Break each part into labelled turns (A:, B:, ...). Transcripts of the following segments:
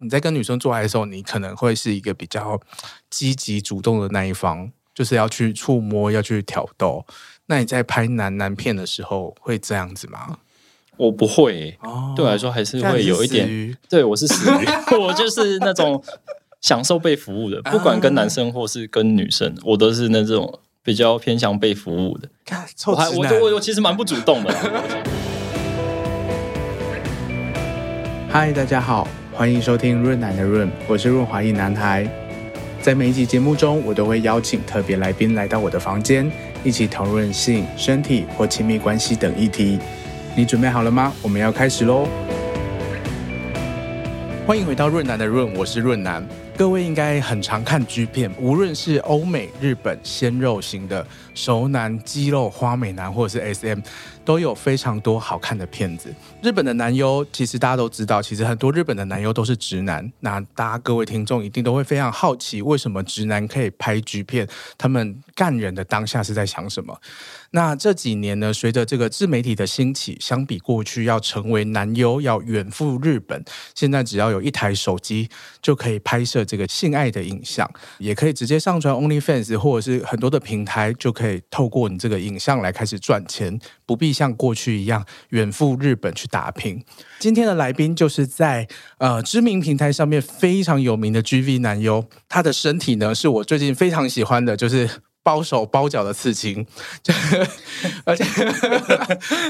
A: 你在跟女生做爱的时候，你可能会是一个比较积极主动的那一方，就是要去触摸，要去挑逗。那你在拍男男片的时候会这样子吗？
B: 我不会欸、
A: 哦
B: 对我来说还是会有一
A: 这样你
B: 点。
A: 是死于
B: 对我是死鱼， 我就是那种享受被服务的，不管跟男
A: 啊
B: 生或是跟女生，我都是那种比较偏向被服务的。
A: 看臭
B: 我还
A: 直
B: 我
A: 男。
B: 就我我其实蛮不主动的啦。
A: 嗨，大家好，欢迎收听润奶的润，我是润滑一男孩。在每一集节目中，我都会邀请特别来宾来到我的房间，一起讨论性、身体或亲密关系等议题。你准备好了吗？我们要开始喽！欢迎回到润南的润，我是润南。各位应该很常看 G 片，无论是欧美、日本鲜肉型的熟男、肌肉、花美男，或者是 SM，都有非常多好看的片子。日本的男优其实大家都知道，其实很多日本的男优都是直男。那大家各位听众一定都会非常好奇，为什么直男可以拍 G 片？他们干人的当下是在想什么？那这几年呢，随着这个自媒体的兴起，相比过去要成为男优要远赴日本，现在只要有一台手机就可以拍摄这个性爱的影像，也可以直接上传 OnlyFans 或者是很多的平台，就可以透过你这个影像来开始赚钱，不必像过去一样远赴日本去打拼。今天的来宾就是在呃知名平台上面非常有名的 GV 男优，他的身体呢是我最近非常喜欢的，就是。包手包脚的刺青，就而且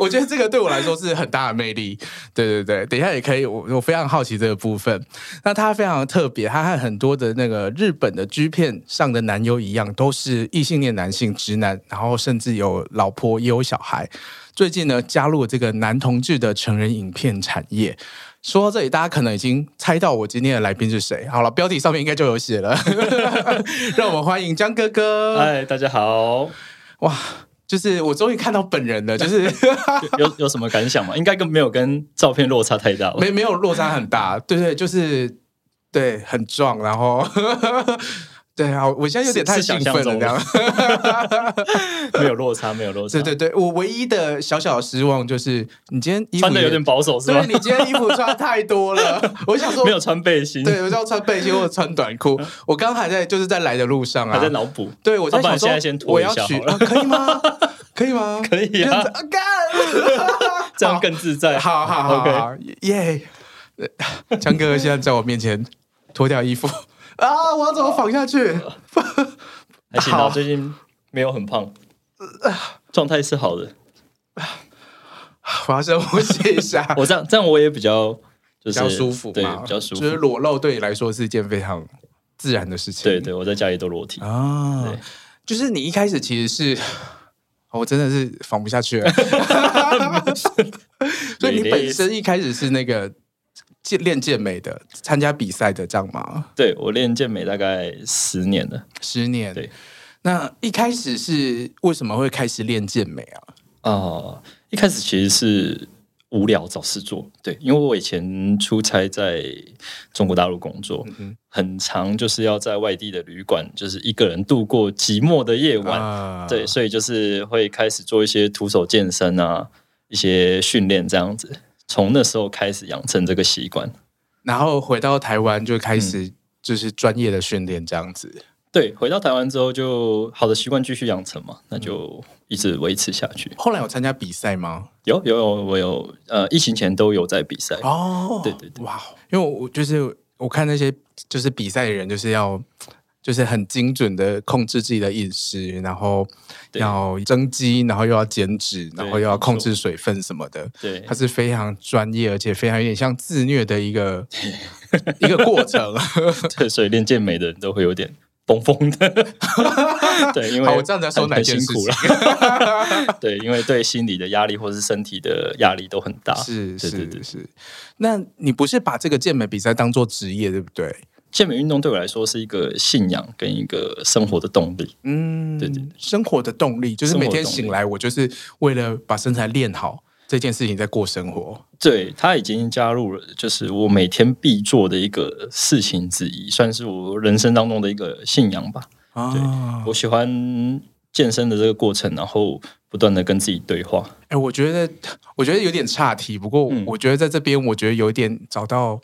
A: 我觉得这个对我来说是很大的魅力。对对对，等一下也可以，我我非常好奇这个部分。那他非常特别，他和很多的那个日本的 G 片上的男优一样，都是异性恋男性直男，然后甚至有老婆也有小孩。最近呢，加入了这个男同志的成人影片产业。说到这里，大家可能已经猜到我今天的来宾是谁。好了，标题上面应该就有写了， 让我们欢迎江哥哥。
B: 嗨，哎大家好，
A: 哇，就是我终于看到本人了，就是
B: 有有什么感想吗？应该跟没有跟照片落差太大吧？
A: 没没有落差很大，对对，就是对很壮，然后 对啊，我现在有点太
B: 是
A: 兴
B: 是
A: 奋了，这样
B: 想。没有落差，没有落
A: 对
B: 差。
A: 对对，我唯一的小小的失望就是你今天衣服
B: 穿的有点保守是
A: 对
B: 吗？
A: 你今天衣服穿太多 了，我想说
B: 没有穿背心，
A: 对，我就要穿背心或者穿短裤。我刚还在就是在来的路上啊，
B: 还在脑补。
A: 对，我在
B: 要不
A: 想
B: 然
A: 说，
B: 现在先
A: 我
B: 脱一
A: 要
B: 下
A: 取、
B: 好了
A: 啊可以吗？ 可以吗？
B: 可以
A: 这
B: 啊
A: 样子干，
B: 这样更自在。
A: 啊好好好
B: OK
A: 好，耶！呃强哥现在在我面前脱掉衣服啊，我要怎么仿下去？
B: 还行啊，
A: 好呃
B: 最近没有很胖，状态是好的。
A: 我要深呼吸一下，
B: 我这样这样我也比较就
A: 比
B: 是
A: 较舒服
B: 对，
A: 嘛，
B: 比较舒
A: 就是
B: 服。
A: 裸露对你来说是一件非常自然的事情。
B: 对对，我在家里都裸体，
A: 啊
B: 对，
A: 就是你一开始其实是，我真的是仿不下去了。所以你本身一开始是那个健练健美的，参加比赛的，这样吗？
B: 对我练健美大概十年了
A: 十年。
B: 对。
A: 那一开始是为什么会开始练健美啊？
B: 啊、一开始其实是无聊找事做，对，因为我以前出差在中国大陆工作，
A: 嗯哼
B: 很长就是要在外地的旅馆，就是一个人度过寂寞的夜晚。
A: 啊
B: 对，，所以就是会开始做一些徒手健身啊，一些训练这样子。从那时候开始养成这个习惯。
A: 然后回到台湾就开
B: 嗯
A: 始就是专业的训练这样子。
B: 对，回到台湾之后就好的习惯继续养成嘛，
A: 嗯
B: 那就一直维持下去。
A: 后来有参加比赛吗？
B: 有有有，我有呃，疫情前都有在比赛。
A: 哦，
B: 对对对
A: 哇，因为我就是我看那些就是比赛的人，就是要就是很精准的控制自己的饮食，然后
B: 对
A: 要增肌，然后又要减脂，
B: 对
A: 然后又要控制水分什么的。
B: 对
A: 它，是非常专业，而且非常有点像自虐的一个 一个过程。啊
B: 对，所以练健美的人都会有点疯疯 的。对，因为
A: 好，我这样在说
B: 很
A: 哪
B: 很
A: 件
B: 辛
A: 事
B: 苦
A: 情
B: 了？？ 对，因为对心理的压力或是身体的压力都很大。
A: 是
B: 对对
A: 是
B: 对
A: 是。那你不是把这个健美比赛当做职业，对不对？
B: 健美运动对我来说是一个信仰跟一个生活的动力。
A: 嗯，
B: 对对对，
A: 生活的动力就是
B: 生活
A: 每天
B: 动力
A: 醒来，我就是为了把身材练好这件事情在过生活。
B: 对，它已经加入了，就是我每天必做的一个事情之一，算是我人生当中的一个信仰吧。
A: 啊，
B: 我喜欢健身的这个过程，然后不断的跟自己对话。
A: 哎、我觉得我觉得有点岔题，不过
B: 嗯
A: 我觉得在这边，我觉得有一点找到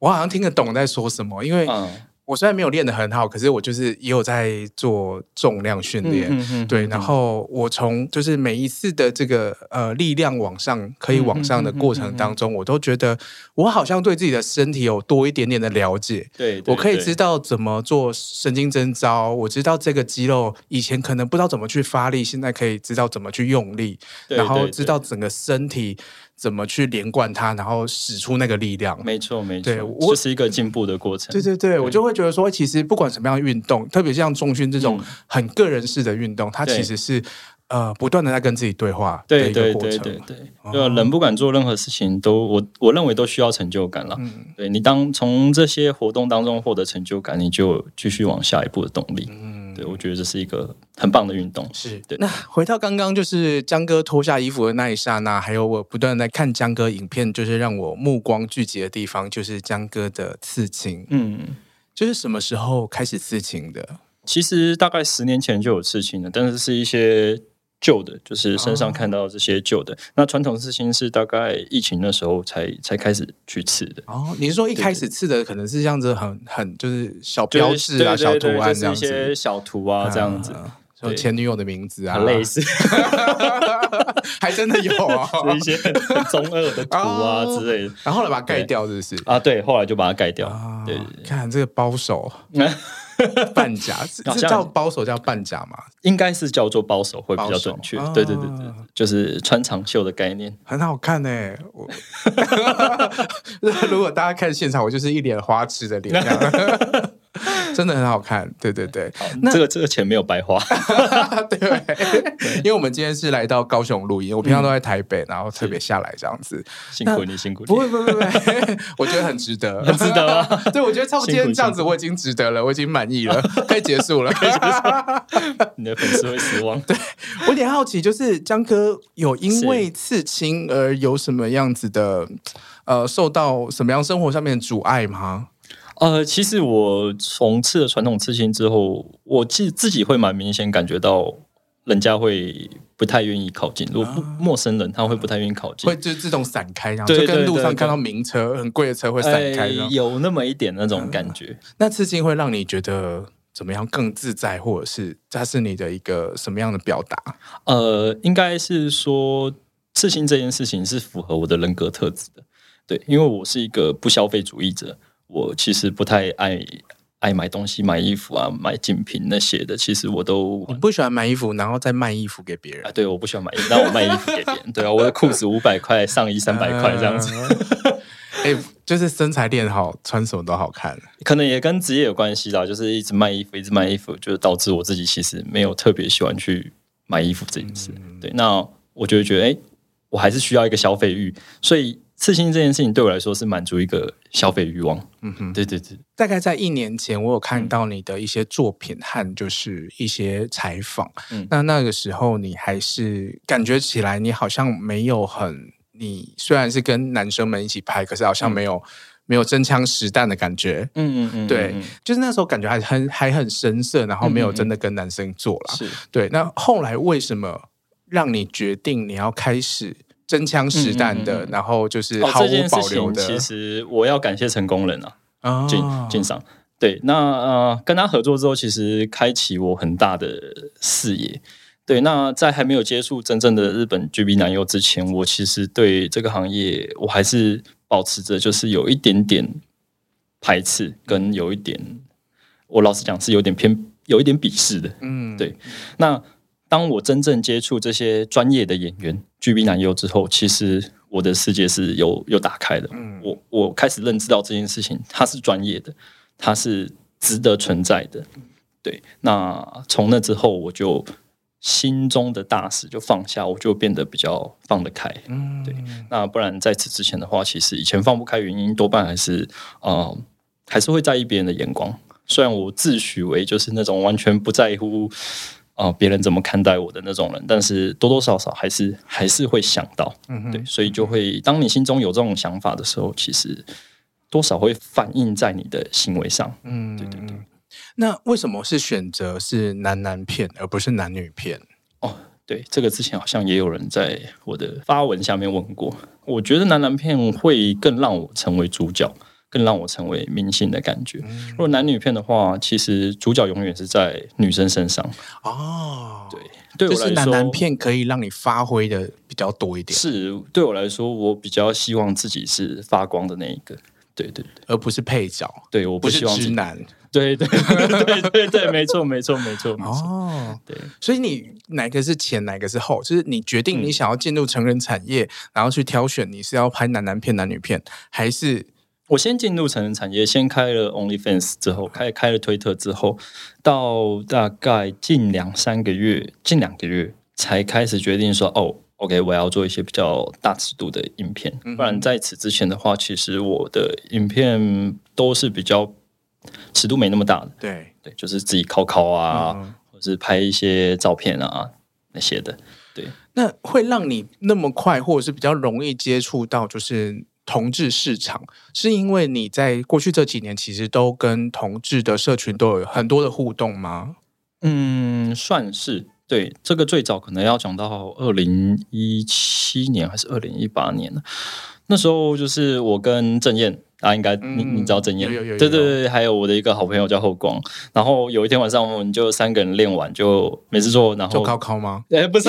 A: 我好像听得懂在说什么，因为
B: 嗯，
A: 我虽然没有练得很好，可是我就是也有在做重量训练。
B: 嗯嗯嗯
A: 对，
B: 嗯
A: 然后我从就是每一次的这个呃力量往上可以往上的过程当中，我都觉得我好像对自己的身体有多一点点的了解。
B: 对，对
A: 我可以
B: 对
A: 知道怎么做神经征召，我知道这个肌肉以前可能不知道怎么去发力，现在可以知道怎么去用力，
B: 对
A: 然后
B: 对
A: 知
B: 对
A: 道整个身体怎么去连贯它，然后使出那个力量。
B: 没错没错
A: 对，我
B: 这是一个进步的过程。
A: 对对对，我就会觉得说，其实不管什么样的运动，特别像重训这种
B: 嗯
A: 很个人式的运动，它
B: 对
A: 其实是呃不断的在跟自己对话的
B: 对
A: 一个
B: 对
A: 过
B: 对
A: 程。
B: 对对，对啊，人不管做任何事情都，我我认为都需要成就感了。
A: 嗯
B: 对你当从这些活动当中获得成就感，你就有继续往下一步的动力。
A: 嗯，
B: 对我觉得这是一个很棒的运动。
A: 是
B: 对
A: 那回到刚刚，就是江哥脱下衣服的那一刹那，还有我不断地在看江哥影片，就是让我目光聚集的地方，就是江哥的刺青。
B: 嗯，
A: 就是什么时候开始刺青的？
B: 其实大概十年前就有刺青了，但是是一些旧的，就是身上
A: 哦
B: 看到这些旧的。那传统刺青是大概疫情那时候才才开始去刺的。
A: 哦，你是说一
B: 对
A: 开始刺的可能是这样子很，很就是小
B: 就是
A: 标志啊、
B: 对对
A: 小图
B: 对
A: 案
B: 就
A: 这样
B: 是一些
A: 子，
B: 小图啊这样子，
A: 啊，说
B: 对
A: 前女友的名字啊，
B: 很类似，
A: 还真的有 啊、
B: 是一些很很中二的图啊
A: 哦
B: 之类的
A: 然后后来把它盖掉，是不是？
B: 啊。对，后来就把它盖掉。
A: 啊
B: 对，
A: 看这个包 手半甲，是
B: 好像
A: 是叫包手叫半甲嘛，
B: 应该是叫做包手会比
A: 包
B: 较
A: 手
B: 准确
A: 啊。
B: 对对对对，就是穿长袖的概念。
A: 很好看哎、我 如果大家看现场，我就是一脸花痴的脸，这样 真的很好看。对对对，
B: 好这个这个钱没有白花。
A: 对，因为我们今天是来到高雄
B: 嗯
A: 录音，我平常都在台北，然后特别下来这样子。
B: 辛苦你，辛苦
A: 不会
B: 你。
A: 不会不会， 我觉得很值得，很
B: 值得吗？
A: 对，我觉得差不多今天这样
B: 辛苦
A: 子，我已经值得了，我已经满意 了，可以结束了。
B: 你的粉丝会失望。对，
A: 我有点好奇，就是江哥有因为刺青而有什么样子的呃，受到什么样生活上面的阻碍吗？
B: 呃，其实我从刺了传统刺青之后，我自自己会蛮明显感觉到，人家会不太愿意靠近。如果不陌生人，他会不太愿意靠
A: 啊
B: 近
A: 会。就自动闪开，然后
B: 对
A: 就跟
B: 对
A: 路
B: 对
A: 上
B: 对
A: 看到名车、很贵的车会闪开。这样
B: 哎有那么一点那种感觉。
A: 那刺青会让你觉得怎么样更自在，或者是它是你的一个什么样的表达？
B: 呃，应该是说刺青这件事情是符合我的人格特质的，对，因为我是一个不消费主义者，我其实不太爱爱买东西、买衣服啊、买精品那些的，其实我都
A: 你不喜欢买衣服，然后再卖衣服给别人
B: 啊，，对，我不喜欢买衣服，那我卖衣服给别人，对啊，我的裤子五百块，上衣三百块这样子，
A: 嗯。 哎、就是身材练好，穿什么都好看。
B: 可能也跟职业有关系啦，就是一直卖衣服，一直卖衣服，就是导致我自己其实没有特别喜欢去买衣服这件事。
A: 嗯
B: 对，那我就会觉得，哎、我还是需要一个消费欲，所以刺青这件事情对我来说是满足一个消费欲望。
A: 嗯哼，
B: 对对对，
A: 大概在一年前，我有看
B: 嗯
A: 到你的一些作品和就是一些采访。
B: 嗯
A: 那那个时候你还是感觉起来，你好像没有很，你虽然是跟男生们一起拍，可是好像没有、没有真枪实弹的感觉。
B: 嗯嗯嗯，
A: 对，
B: 嗯
A: 就是那时候感觉还很还很生涩，然后没有真的跟男生做啦。
B: 是
A: 对，那后来为什么让你决定你要开始真枪实弹的，
B: 嗯嗯嗯嗯
A: 然后就是
B: 哦，
A: 毫
B: 这件
A: 无
B: 事
A: 保留
B: 情
A: 的？
B: 其实我要感谢成功人啊，
A: 啊
B: 俊俊赏。对，那呃，跟他合作之后，其实开启我很大的视野。对，那在还没有接触真正的日本 GB 男优之前，我其实对这个行业，我还是保持着就是有一点点排斥，跟有一点，我老实讲是有点偏，有一点鄙视的。
A: 嗯
B: 对那当我真正接触这些专业的演员 GB 男优之后，其实我的世界是有有打开的。
A: 嗯
B: 我我开始认知到这件事情，它是专业的，它是值得存在的。对，那从那之后，我就心中的大事就放下，我就变得比较放得开。
A: 嗯
B: 对那不然在此之前的话，其实以前放不开，原因多半还是呃，还是会在意别人的眼光。虽然我自诩为就是那种完全不在乎啊别、人怎么看待我的那种人，但是多多少少还是 还是会想到，
A: 嗯哼
B: 对，所以就会当你心中有这种想法的时候，其实多少会反映在你的行为上。
A: 嗯，
B: 对对对。
A: 那为什么是选择是男男片而不是男女片？
B: 哦，对，这个之前好像也有人在我的发文下面问过。我觉得男男片会更让我成为主角，更让我成为明星的感觉。
A: 嗯
B: 如果男女片的话，其实主角永远是在女生身上。
A: 哦，
B: 对，对我
A: 就
B: 来
A: 是
B: 说，
A: 男男片可以让你发挥的比较多一点，
B: 是对我来说，我比较希望自己是发光的那一个。对对对，
A: 而不是配角，
B: 对，我
A: 不
B: 希
A: 是
B: 望自
A: 直
B: 己。
A: 男。
B: 对 对对对对，没错没错没错没错。
A: 哦，
B: 对，
A: 所以你哪个是前，哪个是后，就是你决
B: 嗯
A: 定你想要进入成人产业，然后去挑选你是要拍男男片、男女片，还是
B: 我先进入成人产业，先开了 OnlyFans 之后，开开了推特之后，到大概近两三个月，近两个月才开始决定说，哦，OK，我要做一些比较大尺度的影片，
A: 嗯哼
B: 不然在此之前的话，其实我的影片都是比较尺度没那么大的，
A: 对
B: 对，就是自己考考啊，
A: 嗯
B: 或是拍一些照片啊那些的，
A: 那会让你那么快，或者是比较容易接触到就是同志市场，是因为你在过去这几年其实都跟同志的社群都有很多的互动吗？
B: 嗯，算是对。这个最早可能要讲到二零一七年还是二零一八年了那时候就是我跟郑燕。啊，应该你
A: 嗯
B: 你知道郑燕，
A: 有有有有
B: 对对对，还有我的一个好朋友叫后光。然后有一天晚上，我们就三个人练完就没事做，然
A: 就
B: 后
A: 考考吗？
B: 哎、不是，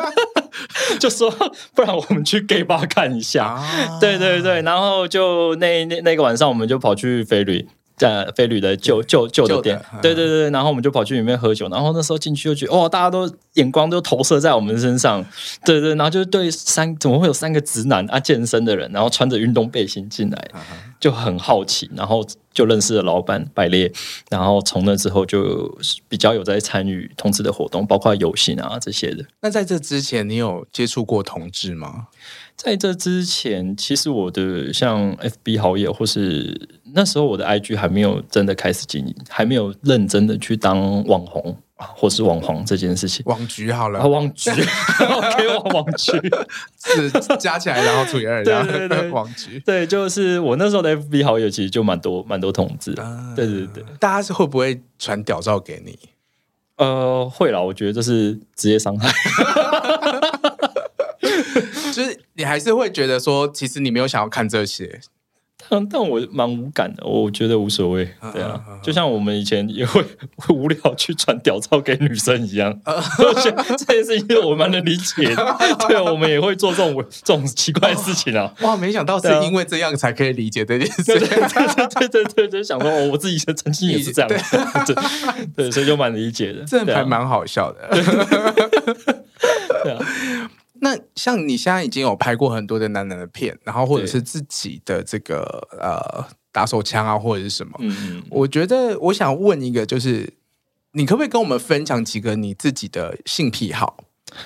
B: 就说 不然我们去 gay bar 看一下。
A: 啊
B: 对对对，，然后就那那那个晚上，我们就跑去菲旅，在菲旅的旧旧旧
A: 旧
B: 的
A: 的
B: 店
A: 嗯，
B: 对对对，然后我们就跑去里面喝酒，然后那时候进去就觉得，哦，大家都眼光都投射在我们身上，对对，然后就对三怎么会有三个直男啊健身的人，然后穿着运动背心进来，就很好奇，然后就认识了老板百列，然后从那之后就比较有在参与同志的活动，包括游行啊这些的。
A: 那在这之前，你有接触过同志吗？
B: 在这之前，其实我的像 FB 好友，或是那时候我的 IG 还没有真的开始经营，还没有认真的去当网红啊，或是网红这件事情。
A: 网局好了
B: 啊，，网局 ，OK，网网局，
A: 是加起来然后除 以二，
B: 对
A: 然后
B: 对对
A: 网局。
B: 对，就是我那时候的 FB 好友，其实就蛮多蛮多同志的，
A: 啊
B: 对对对，
A: 呃大家是会不会传屌照给你？
B: 呃，会啦，我觉得这是职业伤害，
A: 就是你还是会觉得说，其实你没有想要看这些，
B: 但但我蛮无感的，我觉得无所谓，对
A: 啊啊啊
B: 啊，就像我们以前也会会无聊去传屌照给女生一样，
A: 啊
B: 我觉得这件事情我蛮能理解的，对，啊我们也会做这种这种奇怪的事情啊。
A: 哇，没想到是
B: 对啊
A: 因为这样才可以理解这件事
B: 对对。对对对对，就想说，哦，我自己曾经也是这样，对对，所以就蛮理解的，
A: 这
B: 对啊
A: 还蛮好笑的。
B: 对啊，
A: 那像你现在已经有拍过很多的男男的片，然后或者
B: 对
A: 是自己的这个呃打手枪啊，或者是什么？
B: 嗯嗯。
A: 我觉得我想问一个，就是你可不可以跟我们分享几个你自己的性癖好，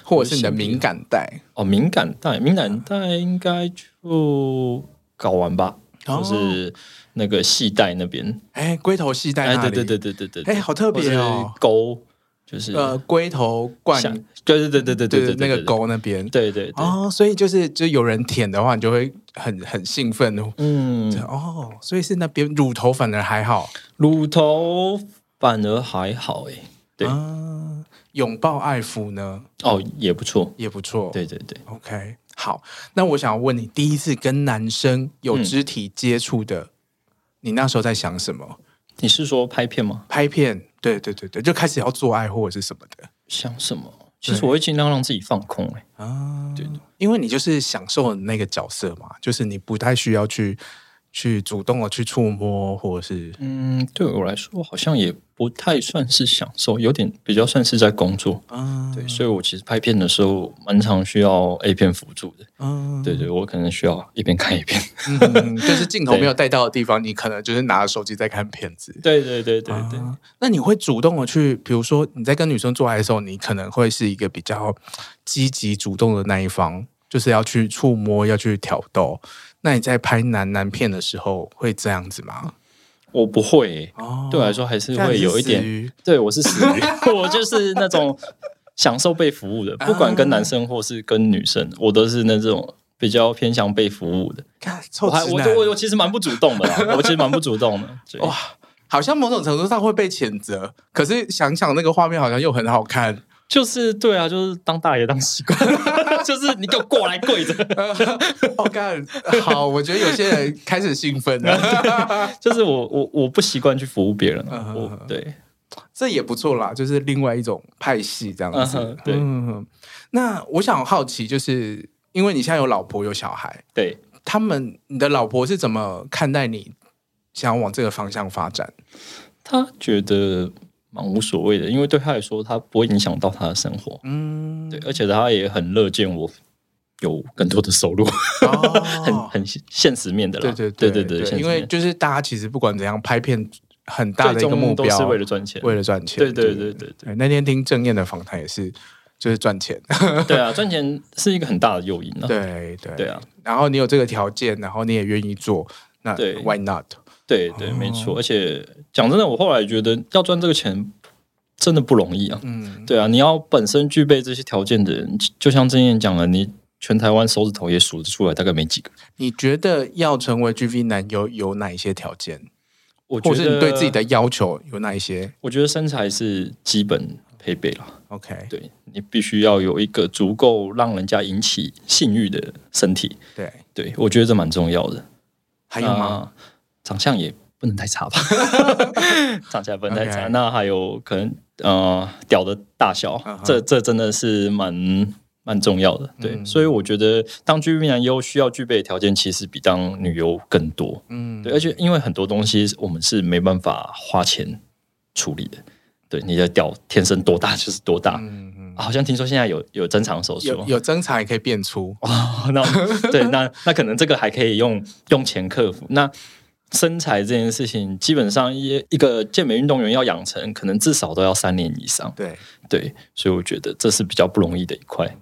A: 或者是你的敏感带？
B: 哦，敏感带，敏感带应该就睾丸吧，
A: 哦
B: 就是那个系带那边。
A: 哎，龟头系带
B: 哎，
A: 那里？
B: 对对对对对对，对
A: 哎，好特别哦
B: 或是。钩，就是
A: 呃，龟头冠
B: 像对对对对对对
A: 对那个，
B: 对
A: 沟那边。
B: 对对对对，
A: 哦，所以就是就有人舔的话，你就会很很兴奋哦。
B: 嗯，
A: 哦，所以是那边乳头反而还好。
B: 乳头反而还好哎，对
A: 啊，拥抱爱抚呢
B: 哦也不错，
A: 也不错。
B: 对对对，
A: ，OK，好。那我想问你，第一次跟男生
B: 嗯
A: 有肢体接触的，你那时候在想什么？
B: 你是说拍片吗？
A: 拍片？对对对对，就开始要做爱或者是什么的
B: 想什么？其实
A: 对
B: 我会尽量让自己放空哎，
A: 啊？
B: 对，
A: 因为你就是享受那个角色嘛，就是你不太需要去去主动的去触摸或者是。
B: 嗯，对我来说好像也不太算是享受，有点比较算是在工作。
A: 啊，
B: 对，所以我其实拍片的时候蛮常需要 A 片辅助的。
A: 嗯，
B: 对对，我可能需要一边看一边。
A: 嗯，就是镜头没有带到的地方，你可能就是拿着手机在看片子。
B: 对对对对对，
A: 啊那你会主动的去，比如说你在跟女生做爱的时候，你可能会是一个比较积极主动的那一方，就是要去触摸，要去挑逗。那你在拍男男片的时候会这样子吗？
B: 我不会欸、
A: 哦
B: 对我来说还是会有一
A: 这样子
B: 点。
A: 死鱼
B: 对我是死鱼， 我就是那种享受被服务的，不管跟
A: 啊
B: 男生或是跟女生，我都是那种比较偏向被服务的。
A: 看臭
B: 我还
A: 直
B: 我
A: 男，
B: 我我其实蛮不主动的啦，我其实蛮不主动的。对
A: 哇好像某种程度上会被谴责，可是想想那个画面好像又很好看。
B: 就是对啊，就是当大爷当习惯， 就是你给我过来跪着，
A: 我干， 好，我觉得有些人开始兴奋了，
B: 就是我我我不习惯去服务别人啊，
A: 嗯
B: 我
A: 嗯嗯
B: 对，
A: 这也不错啦，就是另外一种派系这样
B: 嗯
A: 子。
B: 哼，对
A: 嗯，那我想好奇，就是因为你现在有老婆有小孩，
B: 对。
A: 他们你的老婆是怎么看待你想要往这个方向发展？
B: 他觉得蛮无所谓的，因为对他来说，他不会影响到他的生活。
A: 嗯，
B: 对，而且他也很乐见我有更多的收入，
A: 哦，
B: 很很现实面的啦。
A: 对对
B: 对
A: 对
B: 对，现
A: 因
B: 实
A: 为
B: 面
A: 就是大家其实不管怎样，拍片很大
B: 最
A: 的一个目
B: 终都
A: 标
B: 是为了赚钱。
A: 为了赚钱。
B: 对对对对
A: 对，那天听郑燕的访谈也是，就是赚钱。
B: 对对啊，赚钱是一个很大的诱因啊。
A: 对对
B: 对啊，
A: 然后你有这个条件，然后你也愿意做，那
B: 对
A: why not？
B: 对对，没错。
A: 哦
B: 而且讲真的，我后来觉得要赚这个钱真的不容易啊。
A: 嗯，
B: 对啊，你要本身具备这些条件的人，就就像之前讲了，你全台湾手指头也数得出来，大概没几个。
A: 你觉得要成为 GV 男优有哪一些条件，
B: 我觉
A: 或
B: 得
A: 是你对自己的要求有哪一些
B: 我觉得身材是基本配备了，
A: ？OK，
B: 对你必须要有一个足够让人家引起性欲的身体，
A: 对，
B: 对我觉得这蛮重要的。
A: 还有吗？
B: 那呃长相也不能太 差吧，长相不能太差。
A: OK
B: 那还有可能呃，屌的大小
A: 嗯哼
B: 这这真的是蛮蛮重要的。
A: 嗯
B: 对，所以我觉得当 G V 男优需要具备的条件，其实比当女优更多。
A: 嗯，
B: 对，而且因为很多东西我们是没办法花钱处理的。对，你的屌天生多大就是多大。
A: 嗯嗯，
B: 啊好像听说现在有有增长手术
A: 有
B: 哦，
A: 有增长也可以变粗，
B: 哦 那对，那那可能这个还可以用用钱克服。那身材这件事情，基本上一一个健美运动员要养成，可能至少都要三年以上。
A: 对，
B: 对，所以我觉得这是比较不容易的一块。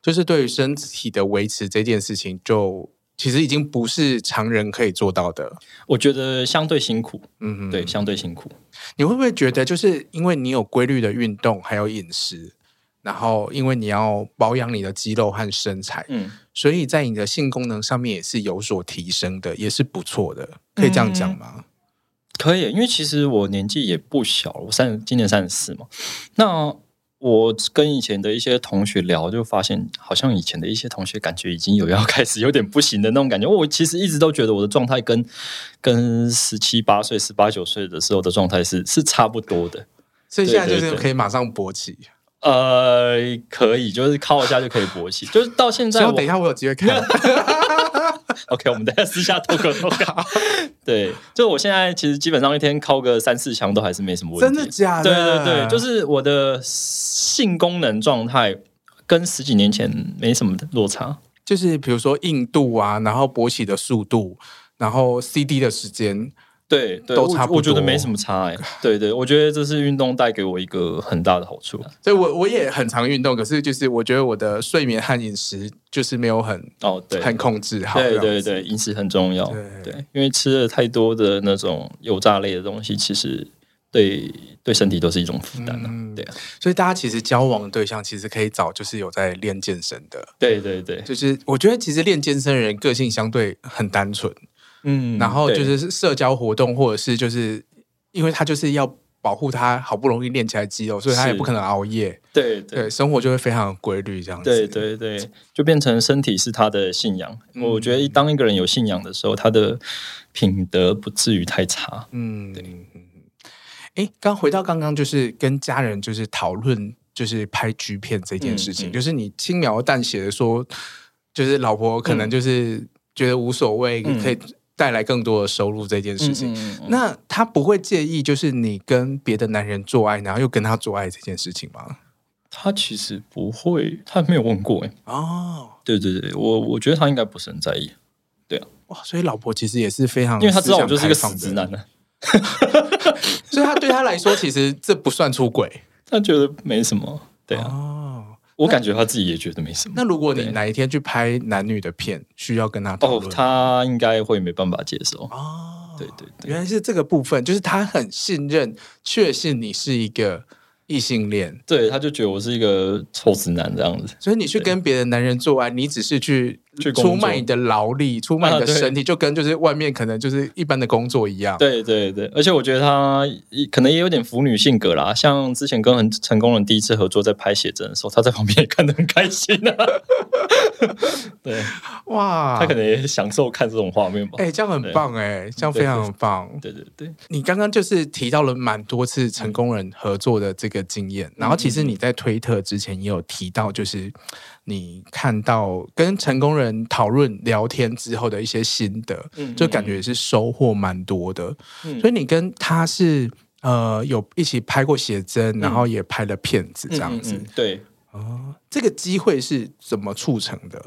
A: 就是对于身体的维持这件事情就。其实已经不是常人可以做到的，
B: 我觉得相对辛苦，
A: 嗯哼，
B: 对，相对辛苦。
A: 你会不会觉得，就是因为你有规律的运动，还有饮食，然后因为你要保养你的肌肉和身材，
B: 嗯，
A: 所以在你的性功能上面也是有所提升的，也是不错的，可以这样讲吗？
B: 可以，因为其实我年纪也不小了，我三今年三十四嘛。那我跟以前的一些同学聊，就发现好像以前的一些同学感觉已经有要 开始有点不行的那种感觉。我其实一直都觉得我的状态跟跟十七八岁、十八九岁的时候的状态是是差不多的。
A: 所以现在就是
B: 对对
A: 可以马上勃起。
B: 呃，可以，就是靠一下就可以勃起，就是到现
A: 所以
B: 在我
A: 我等一下我有机会 看，
B: OK，我们等一下私下透 个透个。对，就我现在其实基本上一天靠个三四枪都还是没什么问
A: 真
B: 题。
A: 的假
B: 对
A: 的？
B: 啊对对，就是我的性功能状态跟十几年前没什么落差。
A: 就是比如说硬度啊，然后勃起的速度，然后 CD 的时间，
B: 对，对
A: 都差不多
B: 我我觉得没什么差哎、对对，我觉得这是运动带给我一个很大的好 处。
A: 所以我我也很常运动，可是就是我觉得我的睡眠和饮食就是没有很
B: 哦，对，
A: 很控制好，
B: 对
A: 这样
B: 对
A: 子
B: 对，饮食很重要。
A: 对
B: 对，因为吃了太多的那种油炸类的东西，其实对对身体都是一种负担啊。
A: 嗯
B: 对啊，
A: 所以大家其实交往的对象其实可以找就是有在练健身的，
B: 对对对，
A: 就是我觉得其实练健身的人个性相对很单纯，
B: 嗯
A: 然后
B: 对
A: 就是社交活动或者是就是因为他就是要保护他好不容易练起来的肌肉，所以他也
B: 是
A: 不可能熬夜，
B: 对
A: 对
B: 对
A: 生活就会非常有规律这样子。嗯
B: 对对对，就变成身体是他的信仰。我觉得当一个人有信仰的时候，他的品德不至于太差。
A: 嗯，嗯嗯嗯诶，刚回到刚刚，就是跟家人就是讨论，就是拍 G 片这件事情，
B: 嗯嗯
A: 就是你轻描淡写的说，就是老婆可能就是觉得无所谓，
B: 嗯
A: 可以带来更多的收入这件事情。
B: 嗯嗯
A: 那他不会介意，就是你跟别的男人做爱，然后又跟他做爱这件事情吗？
B: 他其实不会，他没有问过哎、
A: 哦，
B: 对对对，我我觉得他应该不是很在意，
A: 哇，所以老婆其实也是非常，
B: 因为他知道我就是一个死直，男呢、啊
A: 所以他对他来说，其实这不算出轨。
B: 他觉得没什么。 对啊，
A: 哦，
B: 我感觉他自己也觉得没什么。
A: 那如果你
B: 对
A: 哪一天去拍男女的片，需要跟他讨
B: 哦
A: 论，
B: 他应该会没办法接受。
A: 哦
B: 对对对，
A: 原来是这个部分，就是他很信任，确信你是一个异性恋，
B: 对，他就觉得我是一个臭直男这样子。
A: 所以你去
B: 对
A: 跟别的男人做爱，你只是去
B: 去工作
A: 出卖你的劳力，出卖你的身体，就跟就是外面可能就是一般的工作一样。
B: 对对对，而且我觉得他也可能也有点腐女性格啦。像之前跟很成功人第一次合作，在拍写真的时候，他在旁边也看得很开心啊。 对
A: 哇，
B: 他可能也享受看这种画面吧。
A: 哎、这样很棒哎、这样非常很棒。
B: 对对对，
A: 你刚刚就是提到了蛮多次成功人合作的这个经验，然后其
B: 嗯
A: 实你在推特之前也有提到，就是你看到跟成功人讨论聊天之后的一些心得，
B: 嗯
A: 就感觉也是收获蛮多的。
B: 嗯
A: 所以你跟他是呃有一起拍过写真，然后也拍了片子这样子。
B: 嗯嗯嗯嗯对
A: 哦，这个机会是怎么促成的？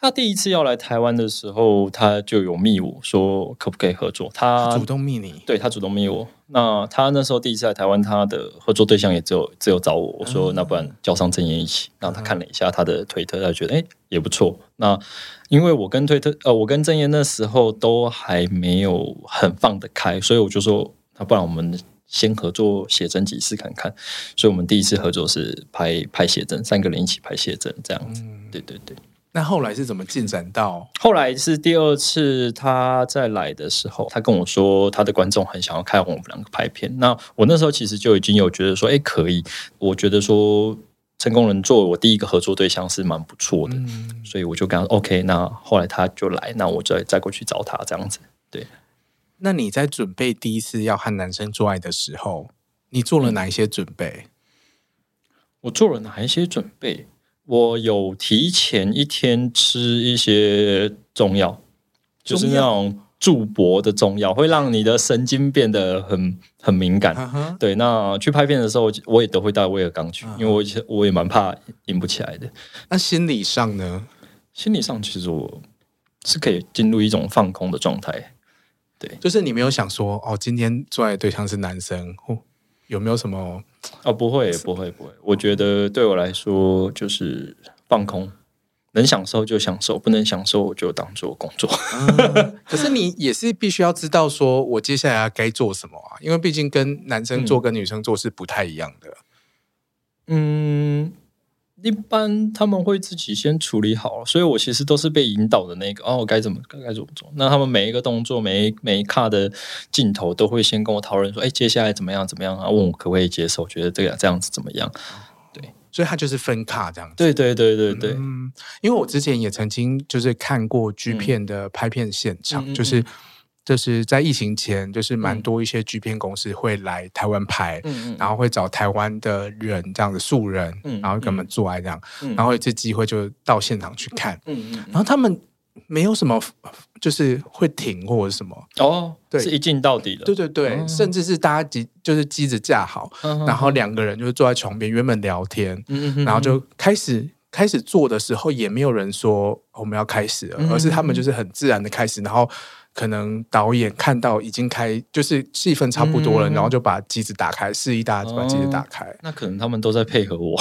B: 他第一次要来台湾的时候，他就有密我说可不可以合作。他
A: 主动密你，
B: 啊对他主动密我。那他那时候第一次来台湾，他的合作对象也只有只有找我。我说那不然叫上郑言一起。然后他看了一下他的推特，他觉得哎、诶也不错。那因为我跟推特呃，我跟郑言那时候都还没有很放得开，所以我就说那不然我们。先合作写真集试看看，所以我们第一次合作是拍拍写真，三个人一起拍写真这样子。对对对。
A: 那后来是怎么进展到？
B: 后来是第二次他再来的时候，他跟我说他的观众很想要看我们两个拍片。那我那时候其实就已经有觉得说，哎，可以，我觉得说成功人作为我第一个合作对象是蛮不错的，
A: 嗯，
B: 所以我就跟他说 OK。那后来他就来，那我再再过去找他这样子。
A: 那你在准备第一次要和男生做爱的时候，你做了哪一些准备？
B: 我做了哪一些准备？我有提前一天吃一些中药，就是那种助勃的中药，会让你的神经变得很很敏感。
A: 嗯哼，
B: 对，那去拍片的时候，我也都会带威尔刚去
A: 嗯，
B: 因为我以前我也蛮怕引不起来的。
A: 那心理上呢？
B: 心理上其实我是可以进入一种放空的状态。
A: 就是你没有想说哦，今天做爱的对象是男生，哦、有没有什么？
B: 哦，不会，不会，不会。我觉得对我来说就是放空，能享受就享受，不能享受就当做工作。
A: 啊 可是你也是必须要知道，说我接下来要该做什么啊？因为毕竟跟男生做跟女生做是不太一样的。
B: 嗯，一般他们会自己先处理好，所以我其实都是被引导的那个哦，该怎么该该怎么做。那他们每一个动作、每一每一卡的镜头都会先跟我讨论说，哎，接下来怎么样怎么样啊？问我可不可以接受，觉得这个这样子怎么样？
A: 所以它就是分卡这样子。
B: 对对对对对，
A: 嗯，因为我之前也曾经就是看过 G
B: 嗯
A: 片的拍片现场，
B: 嗯嗯
A: 就是就是在疫情前，就是蛮
B: 嗯
A: 多一些 G 片公司会来台湾拍，
B: 嗯嗯，
A: 然后会找台湾的人这样子素人，
B: 嗯
A: 然后跟他们做爱这样，
B: 嗯
A: 然后有一次机会就到现场去看，
B: 嗯嗯嗯，
A: 然后他们没有什么就是会停或者什么，
B: 哦，
A: 对
B: 是一镜到底的
A: 对，对对，
B: 哦嗯
A: 甚至是大家机就是机子架好，
B: 然
A: 然后两个人就是坐在床边，原本聊天，
B: 嗯嗯，
A: 然后就开始开始做的时候，也没有人说哦我们要开始了，
B: 嗯
A: 而是他们就是很自然的开始，然后可能导演看到已经开，就是戏份差不多了，
B: 嗯哦
A: 然后就把机子打开，示意大家把机子打开。
B: 那可能他们都在配合 我，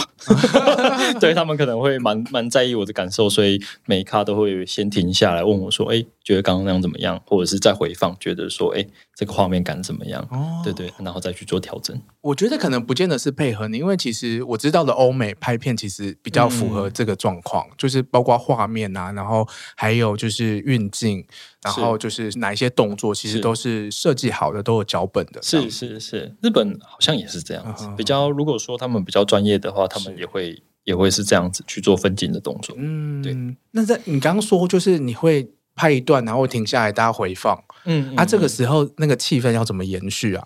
B: 对他们可能会蛮蛮在意我的感受，所以每一咖都会先停下来问我说：“哎、觉得刚刚那样怎么样？”或者是再回放，觉得说：“哎、这个画面感怎么样？”
A: 哦
B: 对对，然后再去做调整。
A: 我觉得可能不见得是配合你，因为其实我知道的欧美拍片其实比较符
B: 嗯
A: 合这个状况，就是包括画面啊，然后还有就是运镜，然后就是哪一些动作其实
B: 是
A: 都是设计好的，都有脚本的。这样
B: 是是是，日本好像也是这样子
A: 嗯嗯嗯，
B: 比较如果说他们比较专业的话，他们
A: 是
B: 也会也会是这样子去做分镜的动作。
A: 嗯，
B: 对。
A: 那在你刚刚说，就是你会拍一段，然后停下来，大家回放。
B: 嗯
A: 啊，这个时候那个气氛要怎么延续啊？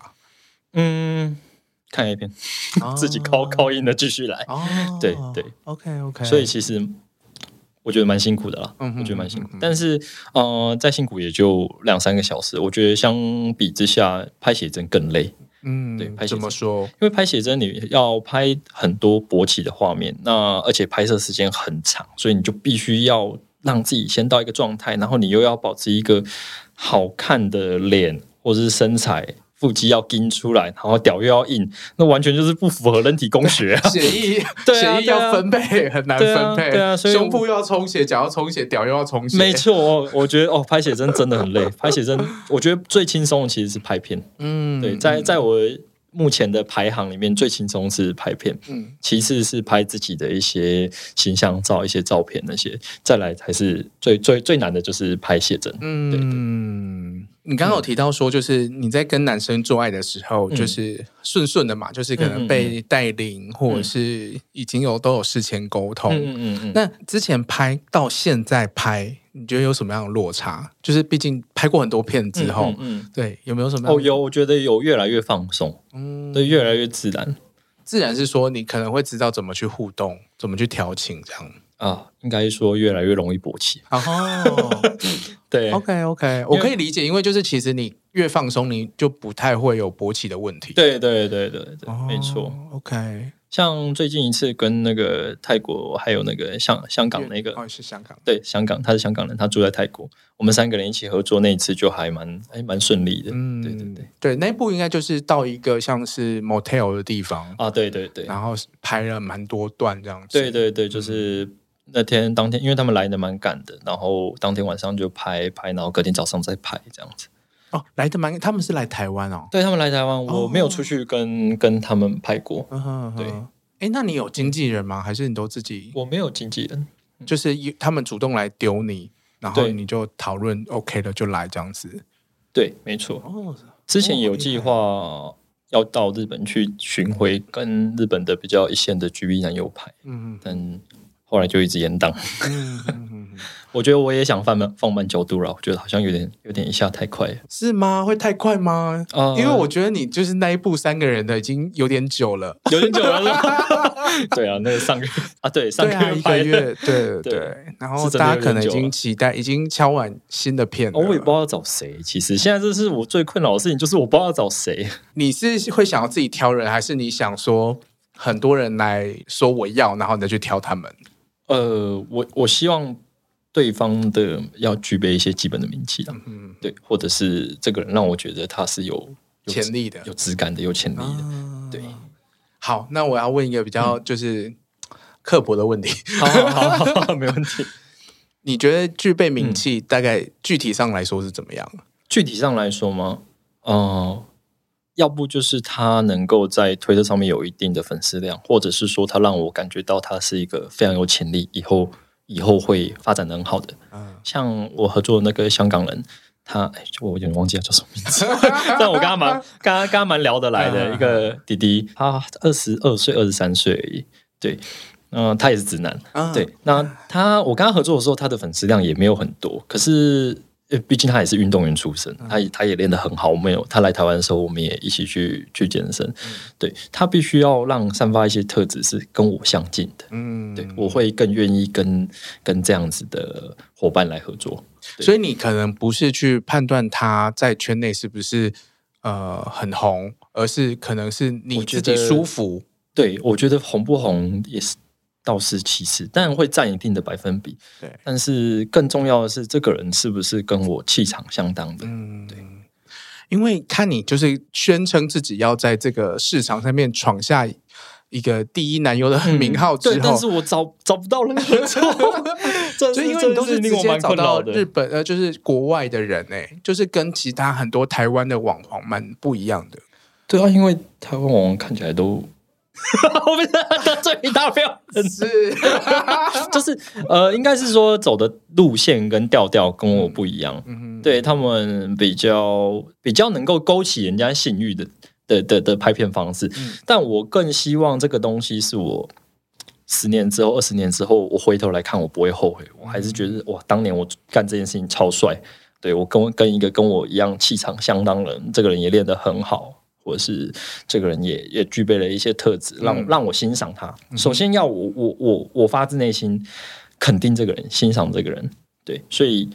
B: 嗯，看 A 片，自己
A: 高
B: 高
A: 高
B: 高音的继续来。
A: 哦，
B: 啊对对
A: ，OK OK。
B: 所以其实我觉得蛮辛苦的啦，
A: 嗯哼
B: 我觉得蛮辛苦
A: 嗯哼。
B: 但是呃，再辛苦也就两三个小时，我觉得相比之下，拍写真更累，
A: 嗯，
B: 对拍
A: 怎么
B: 写
A: 说？
B: 因为拍写真你要拍很多勃起的画面，那而且拍摄时间很长，所以你就必须要让自己先到一个状态，然后你又要保持一个好看的脸或者是身材。腹肌要盯出来，然后屌又要硬，那完全就是不符合人体工学啊！
A: 血液，
B: 对啊
A: 血液要分配很难
B: 对啊
A: 分配，
B: 对啊所以我
A: 胸部又要充血，脚要充血，屌又要充血，
B: 没错，我我觉得哦，拍写 真真的很累。拍写真，我觉得最轻松的其实是拍片。
A: 嗯
B: 对，在在我目前的排行里面最轻松是拍片，
A: 嗯，
B: 其次是拍自己的一些形象照、一些照片那些，再来才是最最最难的就是拍写真。对对
A: 嗯，你刚刚有提到说，就是你在跟男生做爱的时候，
B: 嗯
A: 就是顺顺的嘛，就是可能被带领，或者是已经有都有事前沟通。
B: 嗯嗯嗯嗯，
A: 那之前拍到现在拍，你觉得有什么样的落差？就是毕竟拍过很多片之后，
B: 嗯，嗯
A: 对，有没有什么
B: 嗯
A: 样
B: 哦
A: 的？
B: 有，我觉得有越来越放松，
A: 嗯，
B: 对，越来越自然
A: 自然是说你可能会知道怎么去互动，怎么去调情这样。
B: 啊，应该说越来越容易勃起。
A: 哦
B: 对，
A: ，OK OK，我可以理解，因为就是其实你越放松，你就不太会有勃起的问题。
B: 对对对对对，
A: 哦，
B: 没错。
A: OK，
B: 像最近一次跟那个泰国还有那个香香港那个，
A: 哦是香港，
B: 对，香港，他是香港人，他住在泰国，我们三个人一起合作那一次就还蛮还蛮顺利的。
A: 嗯，
B: 对对对，
A: 对，那一部应该就是到一个像是 motel 的地方，
B: 啊，对对对，
A: 然后嗯拍了蛮多段这样子。
B: 对对对，就是那天当天，因为他们来的蛮赶的，然后当天晚上就拍拍，然后隔天早上再拍这样子。
A: 哦，来的蛮，他们是来台湾哦。
B: 对他们来台湾，
A: 哦
B: 我没有出去跟、跟他们拍过，
A: 嗯哼
B: 对。
A: 哎，那你有经纪人吗？还是你都自己？
B: 我没有经纪人。
A: 就是有他们主动来丢你，然后
B: 对
A: 你就讨论 OK 了就来这样子。
B: 对，没错，
A: 哦，
B: 之前有
A: 厉
B: 计
A: 害
B: 划要到日本去巡回，跟日本的比较一线的 GB 男优拍，
A: 嗯
B: 但后来就一直延档。
A: 嗯嗯嗯，嗯
B: 我觉得我也想放慢放慢角度了，我觉得好像有点有点一下太快了。
A: 是吗？会太快吗？
B: 啊
A: 因为我觉得你就是那一部三个人的已经有点久了，
B: 有点久 了 是吧，对啊，那个上个月啊，对，上
A: 对
B: 个
A: 啊，
B: 月
A: 一
B: 拍
A: 个
B: 的
A: 月，对对
B: 对
A: 对。然后
B: 是真的
A: 大家
B: 有
A: 可能已
B: 点久
A: 经
B: 了
A: 期待，已经敲完新的片了。
B: 哦，我也不知道要找谁。其实现在这是我最困扰的事情，就是我不知道要找谁。
A: 你是会想要自己挑人，还是你想说很多人来说我要，然后你再去挑他们？
B: 呃，我我希望对方的要具备一些基本的名气啊，
A: 嗯，
B: 对，或者是这个人让我觉得他是有有质
A: 潜力的，
B: 有质感的、有潜力的。嗯
A: 啊
B: 对，
A: 好，那我要问一个比较就是刻薄的问题，
B: 好好好好，没问题。
A: 你觉得具备
B: 嗯
A: 名气大概具体上来说是怎么样？
B: 具体上来说吗？呃，要不就是他能够在推特上面有一定的粉丝量，或者是说他让我感觉到他是一个非常有潜力，以后以后会发展的很好的。
A: 嗯，
B: 像我合作的那个香港人，他哎我有点忘记他叫什么名字，但我跟他蛮跟他跟他蛮聊得来的一个弟弟，他二十二岁、二十三岁而已，对，嗯、他也是直男，
A: 啊
B: 对，，那他我跟他合作的时候，他的粉丝量也没有很多，可是。呃毕竟他也是运动员出身，
A: 嗯
B: 他也他也练得很好。我们有他来台湾的时候，我们也一起去去健身。
A: 嗯
B: 对他必须要让散发一些特质是跟我相近的，
A: 嗯
B: 对我会更愿意跟跟这样子的伙伴来合作。对
A: 所以你可能不是去判断他在圈内是不是呃很红，而是可能是你
B: 我觉
A: 自
B: 得
A: 己舒服。
B: 对，我觉得红不红也是倒是其次，当然会占一定的百分比。
A: 对
B: 但是更重要的是，这个人是不是跟我气场相当的？
A: 嗯，对。因为看你就是宣称自己要在这个市场上面闯下一个第一男优的名号之
B: 对，但
A: 后，
B: 是我找找不到人合作，这
A: 所
B: 是
A: 以因为你都
B: 这
A: 是
B: 是
A: 直
B: 令我
A: 接
B: 蛮
A: 找
B: 困
A: 到
B: 扰的。
A: 日本呃，就是国外的人哎、就是跟其他很多台湾的网红蛮不一样的。
B: 对啊，因为台湾网红看起 来都。我们得罪一大票人，
A: 是，
B: 就是呃，应该是说走的路线跟调调跟我不一样，
A: 嗯，
B: 对他们比较比较能够勾起人家性欲的的的的拍片方式。
A: 嗯
B: 但我更希望这个东西是我十年之后、二十年之后，我回头来看，我不会后悔。我还
A: 嗯
B: 是觉得哇，当年我干这件事情超帅。对我跟跟一个跟我一样气场相当的人，这个人也练得很好，或者是这个人也也具备了一些特质，让、
A: 嗯
B: 让我欣赏他。首先要我我我我发自内心肯定这个人，欣赏这个人。对，所以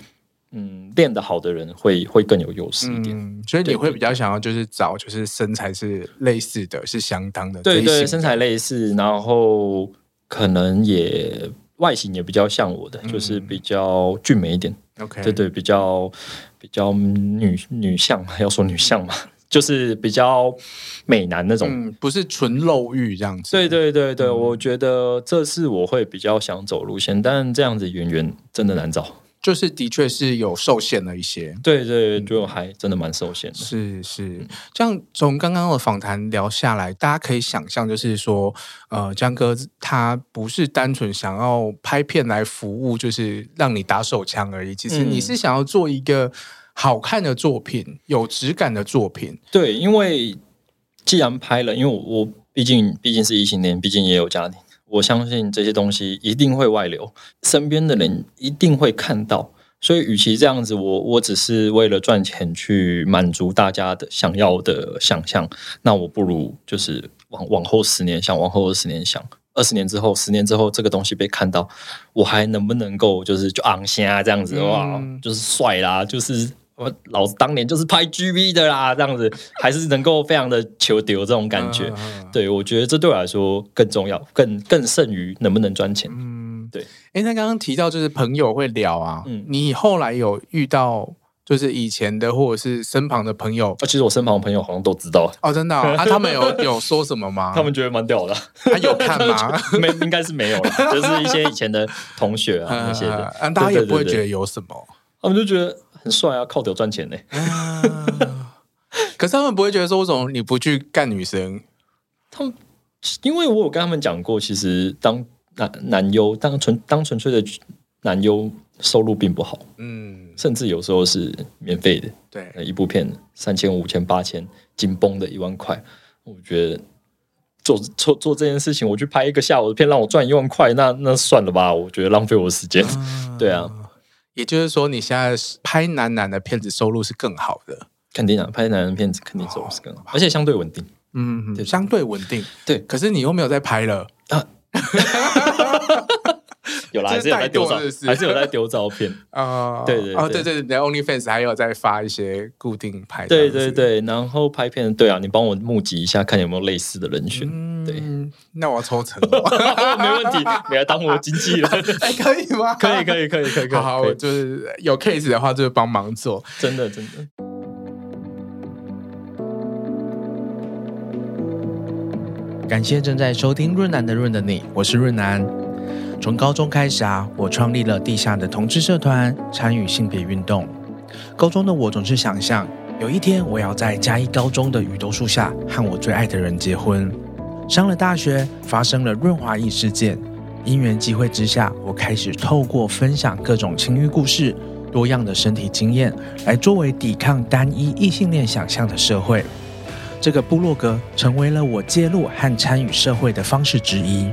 B: 嗯，练得好的人会会更有优势一点。
A: 嗯，所以你
B: 对
A: 会
B: 对
A: 比较想要就是找就是身材是类似的，是相当的这
B: 对
A: 一型
B: 对，
A: 的
B: 身材类似，然后可能也外形也比较像我的，就是
A: 嗯
B: 比较俊美一点。
A: OK，
B: 对对，比较比较女女相，要说女相嘛，就是比较美男那种。
A: 嗯，不是纯肉欲这样子。
B: 对对对对，我觉得这是我会比较想走路线，但这样子演员真的难找。
A: 就是的确是有受限了一些。
B: 对对，
A: 嗯
B: 就还真的蛮受限的。
A: 是是，这样从刚刚的访谈聊下来，大家可以想象，就是说，呃，江哥他不是单纯想要拍片来服务，就是让你打手枪而已。其实你
B: 嗯
A: 是想要做一个好看的作品，有质感的作品。
B: 对，因为既然拍了，因为我我毕竟毕竟是异性恋，毕竟也有家庭，我相信这些东西一定会外流，身边的人一定会看到。所以，与其这样子，我我只是为了赚钱去满足大家的想要的想象，那我不如就是往往后十年想，往后二十年想，二十年之后，十年之后这个东西被看到，我还能不能够就是就昂虾这样子哇
A: 嗯，
B: 就是帅啦，就是我老子当年就是拍 GB 的啦，这样子还是能够非常的求丢这种感觉。
A: 嗯，
B: 对，我觉得这对我来说更重要，更更胜于能不能赚钱。
A: 嗯，
B: 对。
A: 哎，那刚刚提到就是朋友会聊啊，
B: 嗯
A: 你后来有遇到就是以前的或者是身旁的朋友
B: 啊，其实我身旁的朋友好像都知道，
A: 哦，真的哦、啊，他们有有说什么吗？
B: 他们觉得蛮屌的。
A: 他有看吗？
B: 没，应该是没有了， 就是一些以前的同学啊那些的，
A: 啊，大家也
B: 对对对
A: 不会
B: 对
A: 觉得有什么。
B: 他们就觉得很帅啊，靠屌赚钱呢、
A: 啊可是他们不会觉得说，为什么你不去干女生？
B: 他们因为我有跟他们讲过，其实当男男优当纯当纯粹的男优收入并不好，
A: 嗯，
B: 甚至有时候是免费的，
A: 对，
B: 呃一部片三千、五千、八千，紧绷的一万块，我觉得。做做做这件事情，我去拍一个下午的片，让我赚一万块，那那算了吧，我觉得浪费我的时间。 对啊，
A: 也就是说，你现在拍男男的片子收入是更好的，
B: 肯定啊，拍男人片子肯定走是更
A: 哦
B: 好，而且相对稳定。
A: 嗯，
B: 对
A: 相对稳定。
B: 对
A: 可是你又没有在拍了，
B: 有啦，
A: 这是
B: 还是有在
A: 怠
B: 丢
A: 惰
B: 照，
A: 是不是
B: 还是有在丢 照片。
A: 啊，
B: 对对
A: 哦，对
B: 对
A: 对，你的 OnlyFans 还有在发一些固定拍，
B: 对对，对，然后拍片，对啊，你帮我募集一下，看有没有类似的人选，
A: 嗯，那我要抽成哦，
B: 没问题，你来当我经纪 人，
A: 哎， 可以吗？
B: 可以可以可以可以可 以，
A: 好好，
B: 可
A: 我
B: 以
A: 就是有 case 的话，就是帮忙做。
B: 真的真的，
A: 感谢正在收听润南的润的你，我是润南。从高中开始啊，我创立了地下的同志社团，参与性别运动。高中的我总是想象，有一天我要在嘉义高中的雨桐树下和我最爱的人结婚。上了大学，发生了润滑液事件，因缘际会之下，我开始透过分享各种情欲故事、多样的身体经验，来作为抵抗单一异性恋想象的社会。这个部落格成为了我介入和参与社会的方式之一。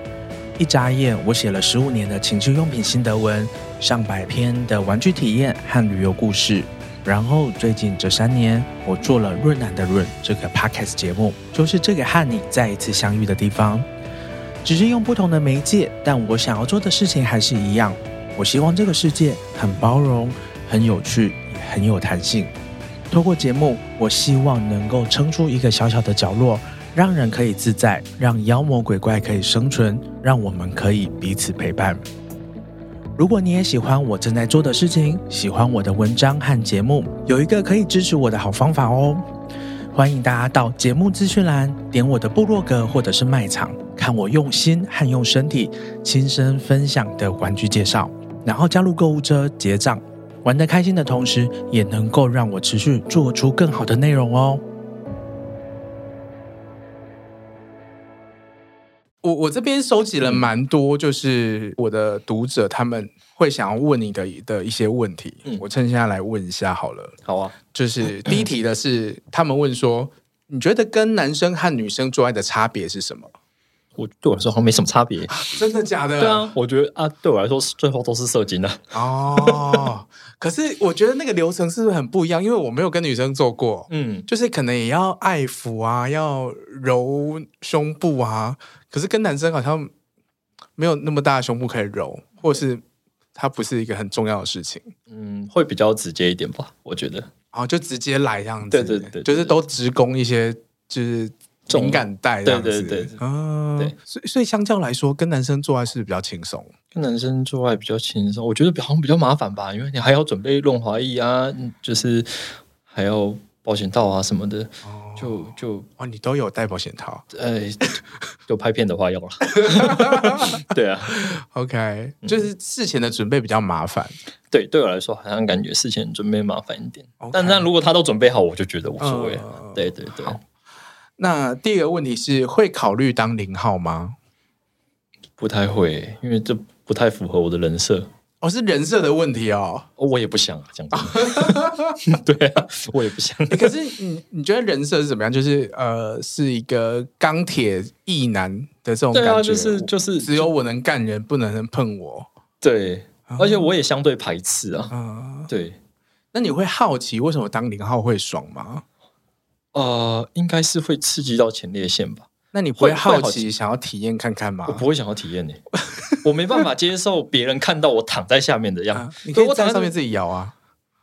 A: 一眨眼，我写了十五年的情趣用品心得文，上百篇的玩具体验和旅游故事。然后最近这三年，我做了《润南的润》这个 podcast 节目，就是这个和你再一次相遇的地方。只是用不同的媒介，但我想要做的事情还是一样。我希望这个世界很包容、很有趣、也很有弹性。透过节目，我希望能够撑出一个小小的角落，让人可以自在，让妖魔鬼怪可以生存，让我们可以彼此陪伴。如果你也喜欢我正在做的事情，喜欢我的文章和节目，有一个可以支持我的好方法哦。欢迎大家到节目资讯栏点我的部落格或者是卖场，看我用心和用身体亲身分享的玩具介绍，然后加入购物车结账。玩得开心的同时，也能够让我持续做出更好的内容哦。我我这边收集了蛮多，就是我的读者他们会想要问你的的一些问题，
B: 嗯
A: 我趁现在来问一下好了。
B: 好啊，
A: 就是第一题的是，他们问说，你觉得跟男生和女生做爱的差别是什么？
B: 我对我来说好像没什么差 别。
A: 真的假的？
B: 对啊，我觉得啊，对我来说最后都是射精啊。
A: 哦，可是我觉得那个流程是不是很不一样？因为我没有跟女生做过，
B: 嗯，
A: 就是可能也要爱抚啊，要揉胸部啊，可是跟男生好像没有那么大的胸部可以揉，或是它不是一个很重要的事情。
B: 嗯，会比较直接一点吧，我觉得。
A: 然后就直接来这样子，
B: 对对对对
A: 就是都直攻一些就是
B: 重
A: 敏感带这样子，
B: 对对对
A: 啊，
B: 对，
A: 所以所以相较来说，跟男生做爱是比较轻松，
B: 跟男生做爱比较轻松，我觉得好像比较麻烦吧，因为你还要准备润滑液啊，嗯就是还要保险套啊什么的，就就
A: 哦，你都有戴保险套
B: 呃，有拍片的话 要了。 对啊，
A: ，OK，就是
B: 嗯
A: 事前的准备比较麻烦。
B: 对，对我来说好像感觉事情准备麻烦一点
A: OK
B: 但但如果他都准备好，我就觉得无所谓。
A: 嗯
B: 对对对，
A: 那第一个问题是会考虑当零号吗？
B: 不太会，因为这不太符合我的人设。
A: 哦，是人设的问题哦。
B: 哦我也不想啊，讲真的， 对啊，我也不想。
A: 欸可是你你觉得人设是怎么样？就是呃，是一个钢铁意男的这种感
B: 对
A: 觉，哦
B: 啊，就是就是
A: 只有我能干人，不能人碰我。
B: 对，而且我也相对排斥啊。
A: 嗯，
B: 对，
A: 那你会好奇为什么当零号会爽吗？
B: 呃，应该是会刺激到前列腺吧？
A: 那你不会
B: 会
A: 好
B: 会好
A: 奇想要体验看看吗
B: 我？不会想要体验呢、我没办法接受别人看到我躺在下面的样
A: 啊
B: 子。，
A: 你可
B: 对
A: 以
B: 我躺
A: 在
B: 在
A: 上面，自己摇啊。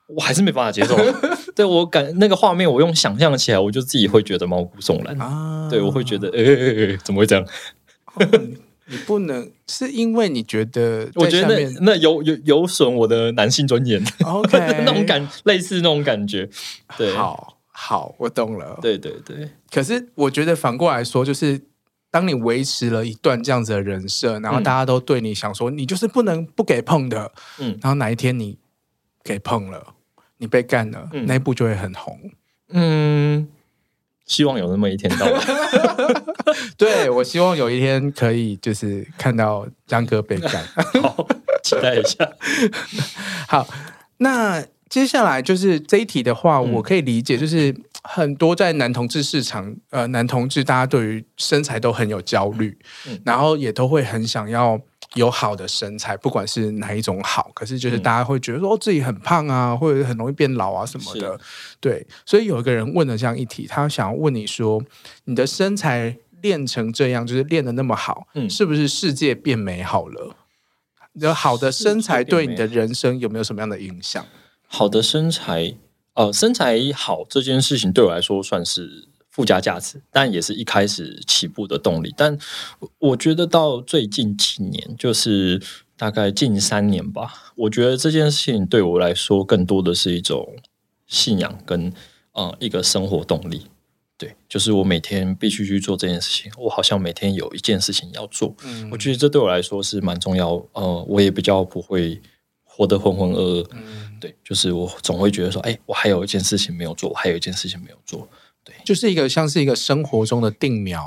B: 我还是没办法接受。啊 对我感那个画面，我用想象起来，我就自己会觉得毛骨悚然。
A: 啊，
B: 对，我会觉得，呃、呃呃怎么会这样？
A: 你不能是因为你觉得
B: 我
A: 在
B: 觉
A: 下
B: 得
A: 面
B: 那那有有有损我的男性尊严，
A: OK
B: 那种感类似那种感觉。对，
A: 好好，我懂了。
B: 对对对，
A: 可是我觉得反过来说，就是当你维持了一段这样子的人设，然后
B: 嗯
A: 大家都对你想说，你就是不能不给碰的，
B: 嗯
A: 然后哪一天你给碰了，你被干了，
B: 嗯
A: 那一部就会很红。
B: 嗯，希望有那么一天到来。
A: 对我希望有一天可以就是看到江哥被 干。
B: 好，期待一下。
A: 好，那接下来就是这一题的话，
B: 嗯
A: 我可以理解，就是很多在男同志市场，呃，男同志大家对于身材都很有焦虑，
B: 嗯
A: 然后也都会很想要。有好的身材，不管是哪一种好，可是就是
B: 嗯
A: 大家会觉得说、哦自己很胖啊，或者很容易变老啊什么的，对。所以有一个人问了这样一题，他想要问你说，你的身材练成这样，就是练的那么好，
B: 嗯
A: 是不是世界变美好了？你的好的身材对你的人生有没有什么样的影响？
B: 好的身材，呃，身材好这件事情对我来说算是附加价值，但也是一开始起步的动力。但我我觉得到最近几年，就是大概近三年吧，我觉得这件事情对我来说更多的是一种信仰跟呃一个生活动力。对，就是我每天必须去做这件事情，我好像每天有一件事情要做，
A: 嗯
B: 我觉得这对我来说是蛮重要。呃，我也比较不会活得浑浑噩噩。
A: 嗯
B: 对，就是我总会觉得说，哎、我还有一件事情没有做，我还有一件事情没有做。
A: 就是一个像是一个生活中的定苗，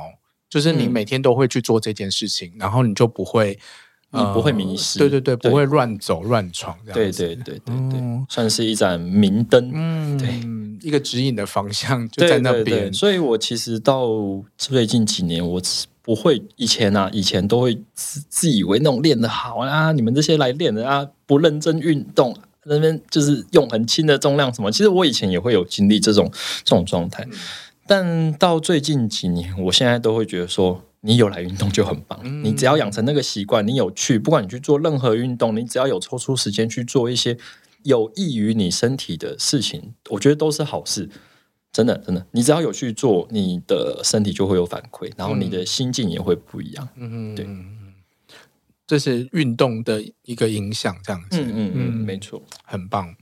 A: 就是你
B: 嗯
A: 每天都会去做这件事情，然后你就不会，呃
B: 你不会迷失
A: 对对对，
B: 对
A: 不会乱走乱闯这
B: 对
A: 样子。
B: 对对对对，
A: 嗯
B: 算是一盏明灯。
A: 嗯，对，一个指引的方向就
B: 对
A: 在那
B: 对对
A: 边。
B: 所以我其实到最近几年，我不会以前啊，以前都会自自以为那种练得好啊，你们这些来练的啊，不认真运动。啊那边就是用很轻的重量什么，其实我以前也会有经历这种这种状
A: 嗯
B: 态，但到最近几年，我现在都会觉得说，你有来运动就很棒。
A: 嗯
B: 你只要养成那个习惯，你有去，不管你去做任何运动，你只要有抽出时间去做一些有益于你身体的事情，我觉得都是好事。真的，真的，你只要有去做，你的身体就会有反馈，然后你的心境也会不一样。
A: 嗯，
B: 对
A: 嗯，这是运动的一个影响，这样子。
B: 嗯嗯嗯，
A: 嗯
B: 没错。
A: 很棒。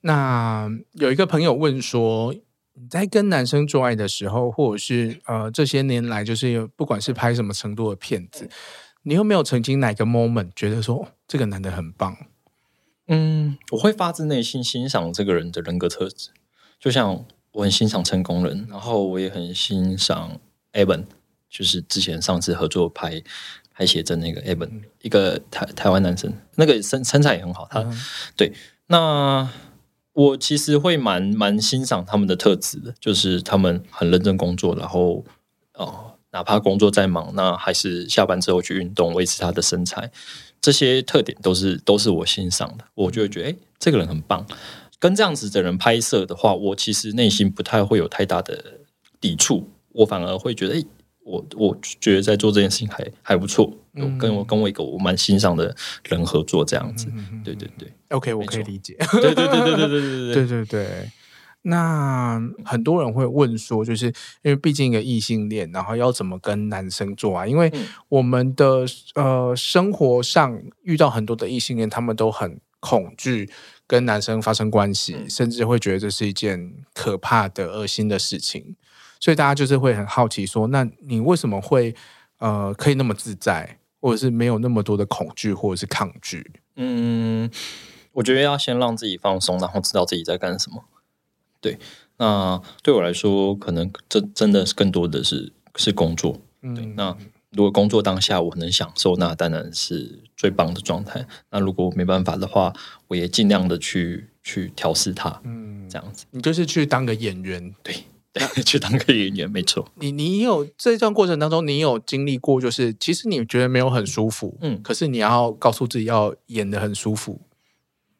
A: 那有一个朋友问说，你在跟男生做爱的时候，或者是呃这些年来，就是有不管是拍什么程度的片子，
B: 嗯
A: 你有没有曾经哪个 moment 觉得说哦这个男的很棒？
B: 嗯，我会发自内心欣赏这个人的人格特质，就像我很欣赏成功人，然后我也很欣赏 Evan，就是之前上次合作拍拍写真那个 Evan，一个台台湾男生，那个身身材也很好，他、
A: 嗯
B: 对那。我其实会蛮蛮欣赏他们的特质的，就是他们很认真工作，然后哦、呃哪怕工作再忙，那还是下班之后去运动，维持他的身材。这些特点都是都是我欣赏的，我就会觉得，哎、这个人很棒。跟这样子的人拍摄的话，我其实内心不太会有太大的抵触，我反而会觉得，哎、我我觉得在做这件事情还还不错。我
A: 嗯
B: 跟我跟我一个我蛮欣赏的人合作，这样子，对对对，
A: ，OK，我
B: 没
A: 可以
B: 错
A: 理解。
B: 对对对对对对对嗯
A: 对对对。那很多人会问说，就是因为毕竟一个异性恋，然后要怎么跟男生做啊？因为
B: 嗯
A: 我们的呃生活上遇到很多的异性恋，他们都很恐惧跟男生发生关系，
B: 嗯
A: 甚至会觉得这是一件可怕的、恶心的事情。所以大家就是会很好奇说，那你为什么会呃可以那么自在，或者是没有那么多的恐惧或者是抗拒？
B: 嗯，我觉得要先让自己放松，然后知道自己在干什么。对，那对我来说，可能这真的是更多的是是工作。对，
A: 嗯，
B: 那如果工作当下我能享受，那当然是最棒的状态。那如果没办法的话，我也尽量的去去调试它，
A: 嗯，
B: 这样子。
A: 你就是去当个演员。
B: 对，对， 去当个演员，没错。
A: 你你有这段过程当中，你有经历过，就是其实你觉得没有很舒服，
B: 嗯
A: 可是你要告诉自己要演的很舒服，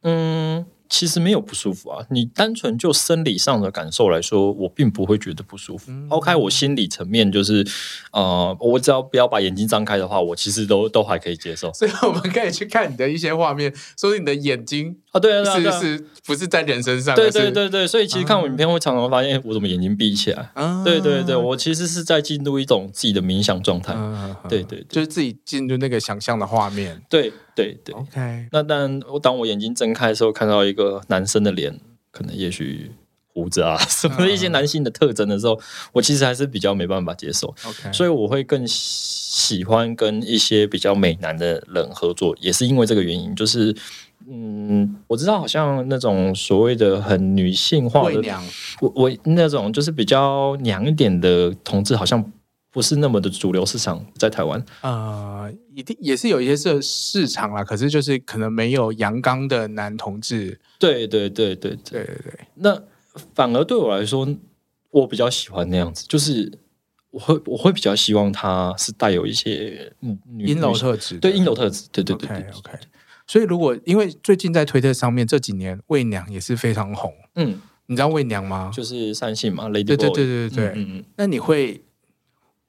B: 嗯，其实没有不舒服啊。你单纯就生理上的感受来说，我并不会觉得不舒服。
A: 嗯
B: 抛开我心理层面，就是呃，我只要不要把眼睛张开的话，我其实都都还可以接受。
A: 所以我们可以去看你的一些画面，说你的眼睛
B: 啊，对啊，对啊，
A: 是、
B: 对啊
A: 是不是在人身上？
B: 对
A: 而
B: 对
A: 是，嗯
B: 对对，所以其实看我影片会常常发现，哎我怎么眼睛闭起来？
A: 啊
B: 对对对，我其实是在进入一种自己的冥想状态。
A: 嗯嗯
B: 对对对
A: 就是自己进入那个想象的画面。
B: 对对对。
A: OK，
B: 那但我当我眼睛睁开的时候，看到一个男生的脸，可能也许胡子啊 什么一些男性的特征的时候，我其实还是比较没办法接受，
A: OK，
B: 所以我会更喜欢跟一些比较美男的人合作，也是因为这个原因，就是。嗯，我知道，好像那种所谓的很女性化
A: 媚
B: 的
A: 娘
B: 我我那种就是比较娘一点的同志，好像不是那么的主流市场在台湾。
A: 呃，一定也是有一些市市场啦，可是就是可能没有阳刚的男同志。
B: 对对对对对，
A: 对对对，
B: 那反而对我来说，我比较喜欢那样子，就是我会我会比较希望他是带有一些嗯女
A: 阴柔
B: 女性
A: 特质的，
B: 对阴柔特质，对对对对
A: OK OK，所以如果因为最近在推特上面这几年媚娘也是非常红，
B: 嗯，
A: 你知道媚娘吗？
B: 就是善性嘛，Lady
A: 对
B: Boy，
A: 对对对对
B: 嗯
A: 对，
B: 嗯嗯，
A: 那你会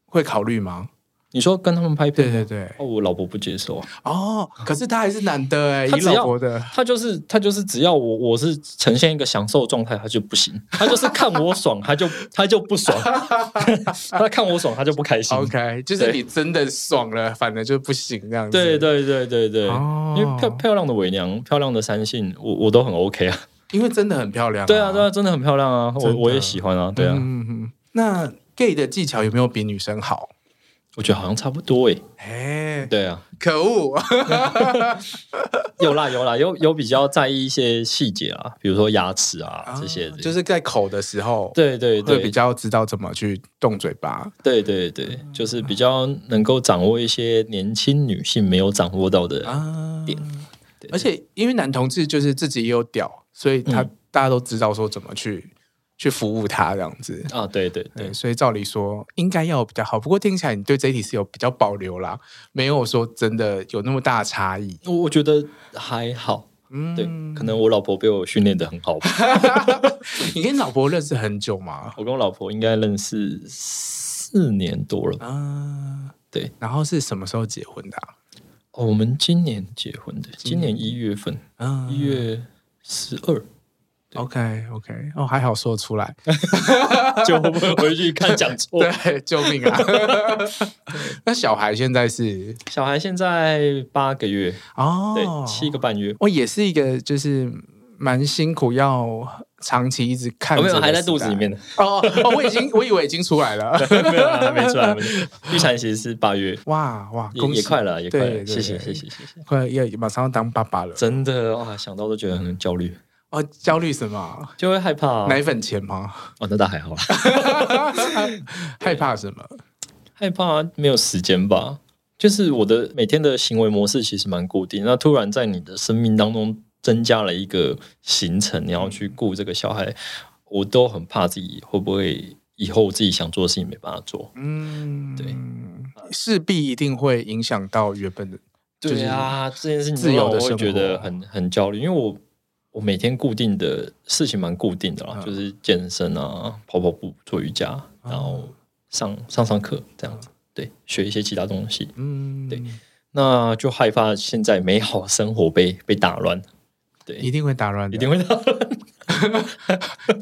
A: 会考虑吗？
B: 你说跟他们拍片
A: 对
B: 吗，
A: 对对，
B: 哦，我老婆不接受啊，
A: 哦，可是他还是男的哎，
B: 他
A: 你
B: 只要
A: 老婆的，
B: 他就是他就是只要我我是呈现一个享受状态，他就不行；他就是看我爽， 他就他就 不爽；他看我爽，他就不开心。
A: OK，就是
B: 对
A: 你真的爽了，反正就不行这样子。
B: 对，对对对对，
A: 哦，
B: 因为漂漂亮的伪娘、漂亮的三性，我我都很 OK 啊。
A: 因为真的很漂亮、
B: 对啊对啊，，真的很漂亮啊，
A: 真
B: 我
A: 的
B: 我也喜欢啊。对啊，
A: 嗯嗯嗯。那 gay 的技巧有没有比女生好？
B: 我觉得好像差不多欸诶。
A: 哎，
B: 对啊，
A: 可恶！
B: 有啦有啦，有有比较在意一些细节啊，比如说牙齿啊这些
A: 啊
B: 的。
A: 就是在口的时候，
B: 对对
A: 会比
B: 对
A: 较知嗯道怎么去动嘴巴。
B: 对对对，就是比较能够掌握一些年轻女性没有掌握到的
A: 啊
B: 点对
A: 而且因为男同志就是自己也有屌，所以他、
B: 嗯
A: 大家都知道说怎么去去服务他这样子。
B: 啊，对对对
A: 对，，所以照理说应该要比较好。不过听起来你对这一题是有比较保留啦，没有说真的有那么大的差异。
B: 我我觉得还好，
A: 嗯，
B: 对，可能我老婆被我训练的很好吧。
A: 你跟你老婆认识很久吗？
B: 我跟我老婆应该认识四年多了吧，
A: 啊，
B: 对。
A: 然后是什么时候结婚的啊、
B: 哦，我们今年结婚的，今年一月份，
A: 嗯
B: 一月十二，
A: OK OK，哦，还好说出来，
B: 就会不会回去看讲错？
A: 对，救命 啊！那小孩现在是
B: 小孩现在八个月，
A: 哦，
B: 对，七个半月，
A: 我也是一个就是蛮辛苦，要长期一直看
B: 哦，
A: 着的时
B: 没
A: 代、
B: 有还在肚子里面呢，
A: 哦。哦，哦我已经我以为已经出来 了，
B: 没有啊还没出来。还没出来预产期是八 月，
A: 哇哇，
B: 也
A: 恭
B: 也
A: 喜
B: 快了，也快
A: 对
B: 了，
A: 对
B: 谢谢
A: 对
B: 谢谢谢谢，
A: 快要马上要当爸爸了，
B: 真的哇，想到都觉得很焦虑，
A: 哦，焦虑什么啊？
B: 就会害怕啊。
A: 奶粉钱 吗？
B: 哦，那倒还好啦，
A: 害怕什么？
B: 害怕没有时间吧？就是我的每天的行为模式其实蛮固定，那突然在你的生命当中增加了一个行程，你要去顾这个小孩，我都很怕自己会不会以后自己想做的事情没办法做。
A: 嗯，
B: 对，
A: 势必一定会影响到原本的，就是
B: 对啊，这件事情
A: 自由的
B: 让我会
A: 生活
B: 觉得很很焦虑，因为我我每天固定的事情蛮固定的啦，
A: 嗯
B: 就是健身啊、跑跑步、做瑜伽，然后上上上课这样子，对，学一些其他东西。
A: 嗯，
B: 对，那就害怕现在美好生活被被打乱，
A: 一定会打乱的，
B: 一定会打
A: 啊
B: 乱，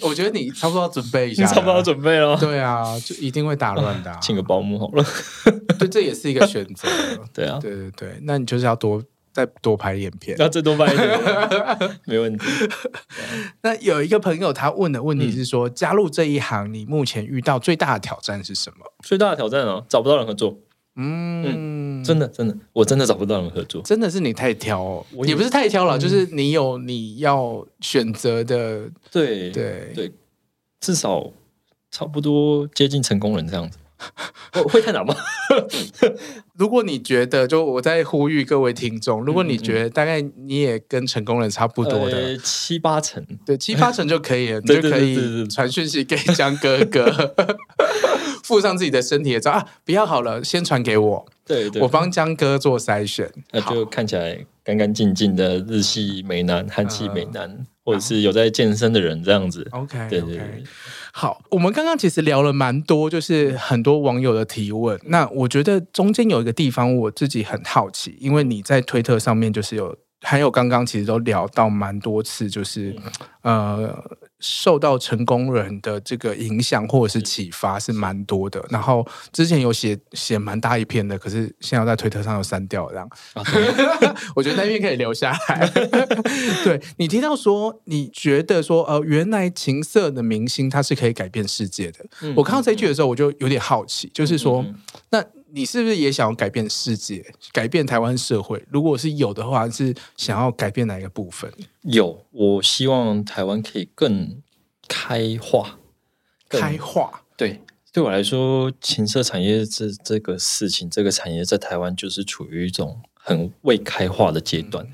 A: 我觉得你差不多要准备一
B: 你
A: 下，
B: 差不多要准备了，
A: 对啊，就一定会打乱 的啊、
B: 请个保姆好了。
A: 对，这也是一个选择。
B: 对啊，
A: 对对对，那你就是要多再多拍影片。
B: 那这多半一点， 没问题。
A: 那有一个朋友他问的问题是说，
B: 嗯
A: 加入这一行，你目前遇到最大的挑战是什么？
B: 最大的挑战哦，找不到人合作，
A: 嗯，
B: 真的真的，我真的找不到人合作。
A: 真的是你太挑哦，
B: 我也嗯
A: 也不是太挑了，就是你有你要选择的，
B: 对，
A: 对，
B: 对至少差不多接近成功人这样子。会会太难吗？
A: 如果你觉得，就我在呼吁各位听众，如果你
B: 嗯嗯
A: 觉得大概你也跟成功人差 不多的，
B: 呃七八成。
A: 对七八成就可以了，你就
B: 对对
A: 可
B: 对对对
A: 以
B: 对
A: 传讯息给江哥 哥，附上自己的身体的照啊，不要好了，先传给我，
B: 对对，
A: 我帮江哥做筛选。
B: 那
A: 好
B: 就看起来干干净净的日系美男、韩系美
A: 嗯
B: 男，或者是有在健身的人这样子。
A: ，OK，
B: 对对
A: OK
B: 对，
A: 好，我们刚刚其实聊了蛮多，就是很多网友的提问。那我觉得中间有一个地方我自己很好奇，因为你在推特上面就是有，还有刚刚其实都聊到蛮多次，就是、
B: 嗯
A: 呃，受到成功人的这个影响或者是启发是蛮多的。然后之前有写写蛮大一篇的，可是现在我在推特上又删掉了，这样。
B: 啊，对
A: 我觉得那边可以留下来。对你提到说，你觉得说，呃，原来情色的明星他是可以改变世界的。
B: 嗯
A: 我看到这一句的时候，我就有点好奇，就是说，
B: 嗯
A: 那你是不是也想要改变世界，改变台湾社会？如果是有的话，是想要改变哪一个部分？
B: 有，我希望台湾可以更开化，更
A: 开化，
B: 对，对我来说，情色产业这这个事情，这个产业在台湾就是处于一种很未开化的阶
A: 嗯
B: 段。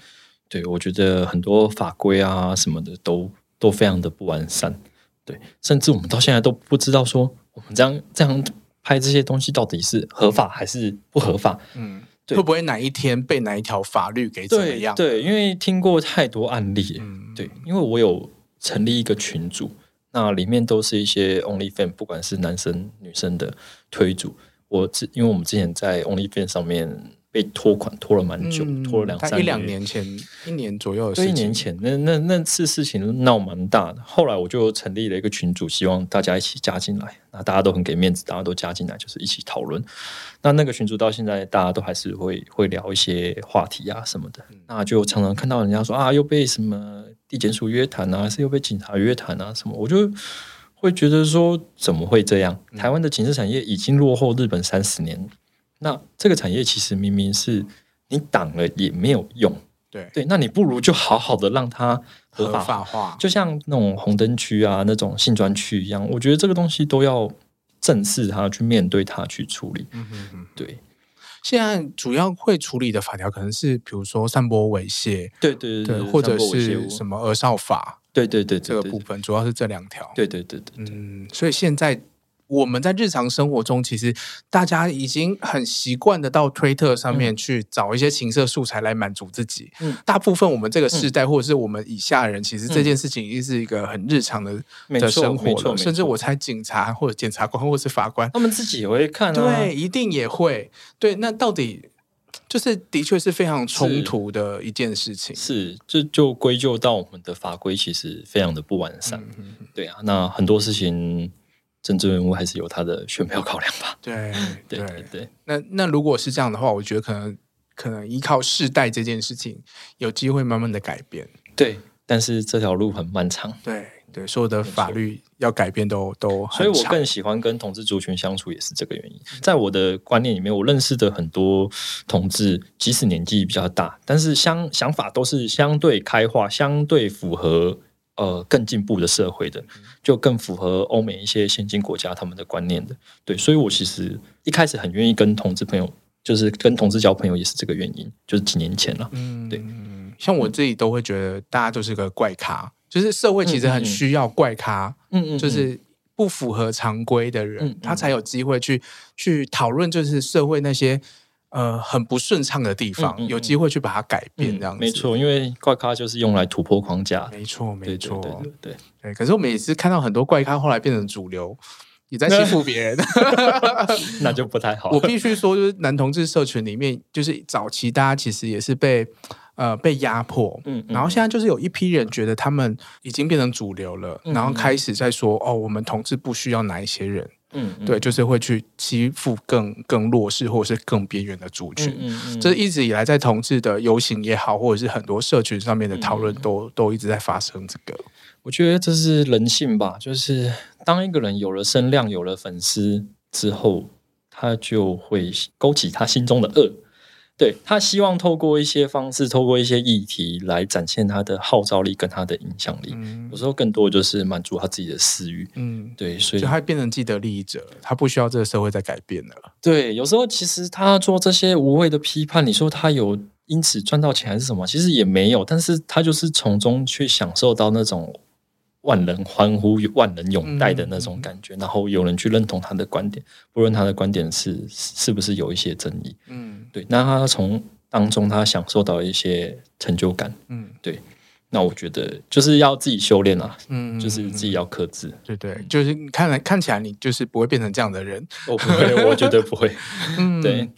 B: 对我觉得很多法规啊什么的都都非常的不完善，对，甚至我们到现在都不知道说我们这样这样拍这些东西到底是合法还是不合法。
A: 嗯，
B: 对
A: 会不会哪一天被哪一条法律给怎么
B: 对
A: 样？
B: 对，因为听过太多案例了，
A: 嗯
B: 对，因为我有成立一个群组，那里面都是一些 OnlyFan，不管是男生女生的推组。我之因为我们之前在 OnlyFan 上面被拖款拖了蛮久，
A: 嗯
B: 拖了两
A: 大
B: 三
A: 概
B: 个
A: 一
B: 月
A: 两，年前，一年左右的
B: 对，
A: 事
B: 一
A: 情。
B: 年前那那那次事情闹蛮大的。后来我就成立了一个群组，希望大家一起加进来，那大家都很给面子，大家都加进来，就是一起讨论。那那个群组到现在，大家都还是会会聊一些话题啊什么的。
A: 嗯
B: 那就常常看到人家说啊，又被什么地检署约谈啊，还是又被警察约谈啊什么，我就会觉得说，怎么会这样？
A: 嗯
B: 台湾的警示产业已经落后日本三十年，那这个产业其实明明是你挡了也没有用。
A: 对
B: 对，那你不如就好好的让它合
A: 合
B: 法
A: 法化，
B: 就像那种红灯区啊、那种性专区一样，我觉得这个东西都要正视它，去面对它，去处理。
A: 嗯哼哼。
B: 对，
A: 现在主要会处理的法条可能是，比如说散播猥亵，
B: 对对
A: 对，或者是什
B: 么？
A: 么儿少法
B: 对对对，对
A: 这个
B: 对
A: 部分，主要是这两条。
B: 对对对对，
A: 嗯，所以现在我们在日常生活中，其实大家已经很习惯的到推特上面去找一些情色素材来满足自己。
B: 嗯
A: 大部分我们这个世代、或者是我们以下的人，其实这件事情已经是一个很日常的、
B: 没
A: 的
B: 错
A: 生活
B: 没错
A: 了。
B: 没
A: 甚至
B: 错
A: 我猜警察或者检察官或者是法官
B: 他们自己也会看啊。
A: 对，一定也会。对，那到底就是的确是非常冲突的一件事情。
B: 是，这就归咎到我们的法规其实非常的不完善。
A: 嗯嗯嗯
B: 对啊，那很多事情政治人物还是有他的选票考量吧。
A: 对
B: 对
A: 对
B: 对对，
A: 那那如果是这样的话，我觉得可能可能依靠世代这件事情，有机会慢慢的改变。
B: 对，但是这条路很漫长。
A: 对对，所有的法律要改变都都
B: 所以
A: 很
B: 我
A: 长。
B: 更喜欢跟同志族群相处，也是这个原因。在我的观念里面，我认识的很多同志，即使年纪比较大，但是相想法都是相对开化、相对符合呃更进步的社会的，
A: 嗯
B: 就更符合欧美一些先进国家他们的观念的。对，所以我其实一开始很愿意跟同志朋友，就是跟同志交朋友，也是这个原因，就是几年前了。
A: 嗯
B: 对
A: 嗯像我自己都会觉得大家都是个怪咖，就是社会其实很
B: 嗯嗯嗯
A: 需要怪咖。
B: 嗯嗯
A: 就是不符合常规的人，
B: 嗯嗯
A: 他才有机会去去讨论，就是社会那些呃很不顺畅的地方，
B: 嗯嗯嗯
A: 有机会去把它改变，
B: 嗯
A: 这样子、
B: 没，错，因为怪咖就是用来突破框架的。
A: 没错，没
B: 对对
A: 错。
B: 对对对。
A: 对，可是我每次看到很多怪咖后来变成主流，也在欺负别人。
B: 那就不太好。
A: 我必须说，就是男同志社群里面，就是早期大家其实也是被呃被压迫，
B: 嗯嗯
A: 然后现在就是有一批人觉得
B: 嗯
A: 他们已经变成主流了，然后开始在说哦，我们同志不需要哪一些人，
B: 嗯，嗯
A: 对，，就是会去欺负更更弱势或者是更边缘的族群。
B: 嗯嗯嗯
A: 这一直以来在同志的游行也好，或者是很多社群上面的讨论
B: 嗯
A: 都、都一直在发生这个。
B: 我觉得这是人性吧，就是当一个人有了声量、有了粉丝之后，他就会勾起他心中的恶。对他希望透过一些方式，透过一些议题来展现他的号召力跟他的影响力。
A: 嗯
B: 有时候更多就是满足他自己的私欲。
A: 嗯，
B: 对，所以
A: 就他变成既得利益者了，他不需要这个社会再改变了。
B: 对，有时候其实他做这些无谓的批判，你说他有因此赚到钱还是什么？其实也没有，但是他就是从中去享受到那种万人欢呼、万人拥戴的那种感觉，然后有人去认同他的观点，不论他的观点是是不是有一些争议。
A: 嗯
B: 对，那他从当中他享受到一些成就感。
A: 嗯
B: 那我觉得就是要自己修炼啦，
A: 嗯
B: 就是自己要克制。
A: 对对，就是你看来看起来你就是不会变成这样的人。
B: 我不会，我觉得不会。
A: 嗯，
B: 对。，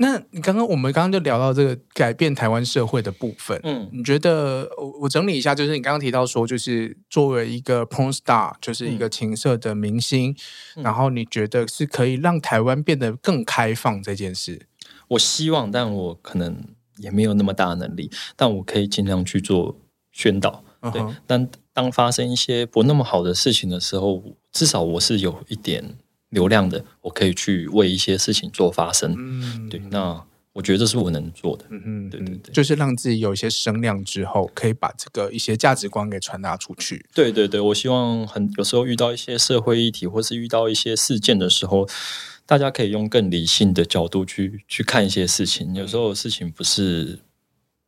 A: 那你刚刚我们刚刚就聊到这个改变台湾社会的部分，
B: 嗯
A: 你觉得我我整理一下，就是你刚刚提到说，就是作为一个 porn star，就是一个情色的明星，
B: 嗯
A: 然后你觉得是可以让台湾变得更开放这件事，
B: 我希望，但我可能也没有那么大的能力，但我可以尽量去做宣导。
A: 嗯
B: 对
A: 哼，
B: 但当发生一些不那么好的事情的时候，至少我是有一点流量的，我可以去为一些事情做发声。
A: 嗯，
B: 对，那我觉得这是我能做的。
A: 嗯哼，
B: 对对对
A: 就是让自己有一些声量之后，可以把这个一些价值观给传达出去。
B: 对对对，我希望很有时候遇到一些社会议题，或是遇到一些事件的时候，大家可以用更理性的角度去去看一些事情。有时候事情不是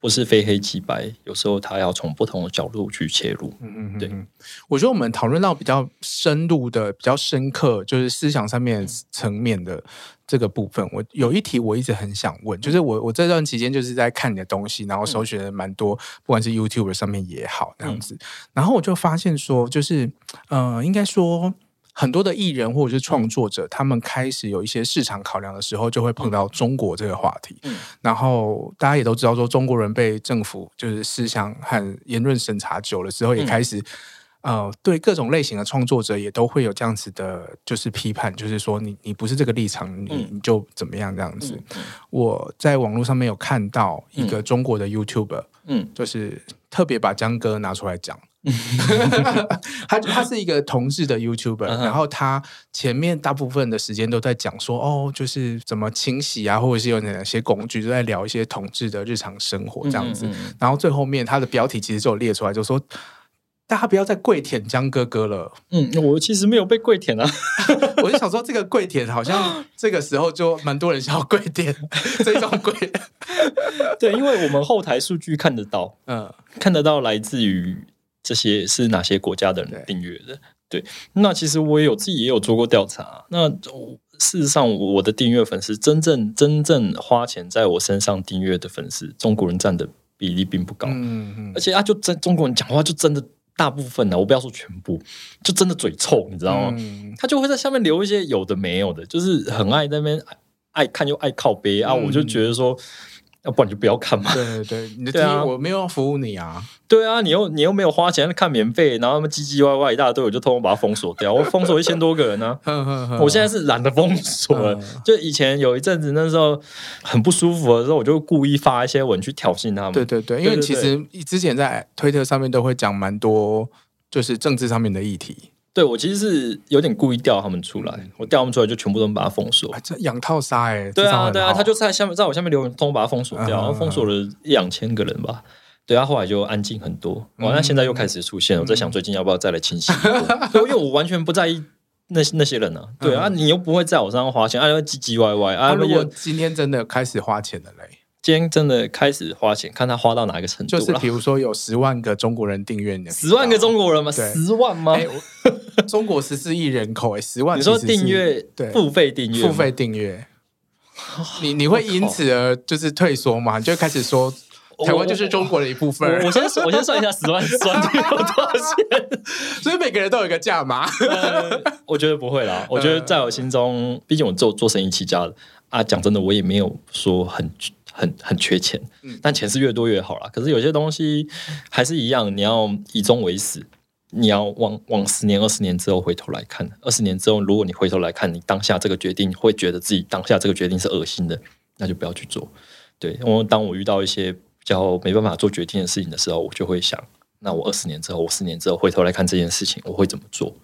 B: 不是非黑即白，有时候它要从不同的角度去切入。
A: 嗯嗯，
B: 对
A: 嗯，我觉得我们讨论到比较深入的、比较深刻，就是思想上面层面的这个部分。我有一题我一直很想问，就是我我这段期间就是在看你的东西，然后搜寻了蛮多，不管是 YouTube 上面也好那样子，然后我就发现说，就是呃，应该说。很多的艺人或者是创作者，他们开始有一些市场考量的时候，就会碰到中国这个话题。
B: 嗯
A: 然后大家也都知道，说中国人被政府就是思想和言论审查久了之后，也
B: 嗯
A: 开始、呃对各种类型的创作者也都会有这样子的，就是批判，就是说你你不是这个立场，你、
B: 嗯
A: 你就怎么样这样子。
B: 嗯
A: 我在网络上面有看到一个中国的 YouTuber，
B: 嗯
A: 就是特别把江哥拿出来 讲。他他是一个同志的 YouTuber，、
B: 嗯哼
A: 然后他前面大部分的时间都在讲说，哦，就是怎么清洗啊，或者是有哪些工具，就在聊一些同志的日常生活这样子。
B: 嗯嗯嗯
A: 然后最后面他的标题其实就有列出来，就说大家不要再跪舔江哥哥了。
B: 嗯嗯，我其实没有被跪舔啊，
A: 我就想说，这个跪舔好像这个时候就蛮多人想要跪舔 这种 跪，
B: 对，因为我们后台数据看得到，
A: 嗯
B: 看得到来自于这些是哪些国家的人
A: 对
B: 订阅的。对，那其实我也有自己也有做过调查。那我事实上，我的订阅粉丝真正真正花钱在我身上订阅的粉丝，中国人占的比例并不高。
A: 嗯
B: 而且啊，就真中国人讲话就真的大部分啊呢、我不要说全部，就真的嘴臭，你知道吗？
A: 嗯
B: 他就会在下面留一些有的没有的，就是很爱在那边爱爱看又爱靠背啊。
A: 嗯
B: 我就觉得说，要不然你就不要看嘛。
A: 对对对，你的第
B: 对
A: 一、
B: 啊
A: 我没有要服务你啊，
B: 对啊，你又你又没有花钱看免费，然后他们唧唧歪歪一大堆，我就偷偷把它封锁掉。我封锁一千多个人呢、
A: 呵呵呵
B: 我现在是懒得封锁了。
A: 嗯
B: 就以前有一阵子，那时候很不舒服的时候，我就故意发一些文去挑衅他们。
A: 对对对，因为
B: 对对
A: 其实之前在推特上面都会讲蛮多，就是政治上面的议题，
B: 对我其实是有点故意调他们出来，
A: 嗯
B: 我调他们出来就全部都把它封锁
A: 啊。这养套杀哎、欸，
B: 对
A: 这招
B: 啊，
A: 很
B: 对啊，
A: 好
B: 他就在下面，在我下面留言，通通把它封锁掉，
A: 嗯
B: 然后封锁了一两千个人吧。对啊，后来就安静很多。
A: 嗯
B: 哇，那现在又开始出现了，我在想最近要不要再来清洗一 波？对，因为我完全不在意那那些人啊。对啊，你又不会在我身上花钱，啊，又唧唧歪歪
A: 嗯
B: 啊。
A: 他如果
B: 又
A: 今天真的开始花钱了嘞，
B: 今天真的开始花钱，看他花到哪一个程度
A: 就是
B: 了
A: 比。如说有十万个中国人订阅你的频道，
B: 十万个中国人吗？
A: 对
B: 十万吗？
A: 哎我中国十四亿人口哎、十万
B: 你说
A: 其实是
B: 订阅
A: 对
B: 付费订阅吗
A: 付费订阅，你你会因此而就是退缩吗？你就会开始说
B: 我
A: 台湾就是中国的一部分
B: 我我
A: 儿，
B: 先我先算一下十万算 有多少钱。
A: 所以每个人都有一个价码。
B: 呃，我觉得不会啦。我觉得在我心中，毕竟我做做生意起家的啊，讲真的，我也没有说很很很缺钱，但钱是越多越好啦。可是有些东西还是一样，你要以终为始。你要往往十年、二十年之后回头来看，二十年之后，如果你回头来看你当下这个决定，你会觉得自己当下这个决定是恶心的，那就不要去做。对，因为当我遇到一些比较没办法做决定的事情的时候，我就会想，那我二十年之后，我十年之后回头来看这件事情，我会怎么做？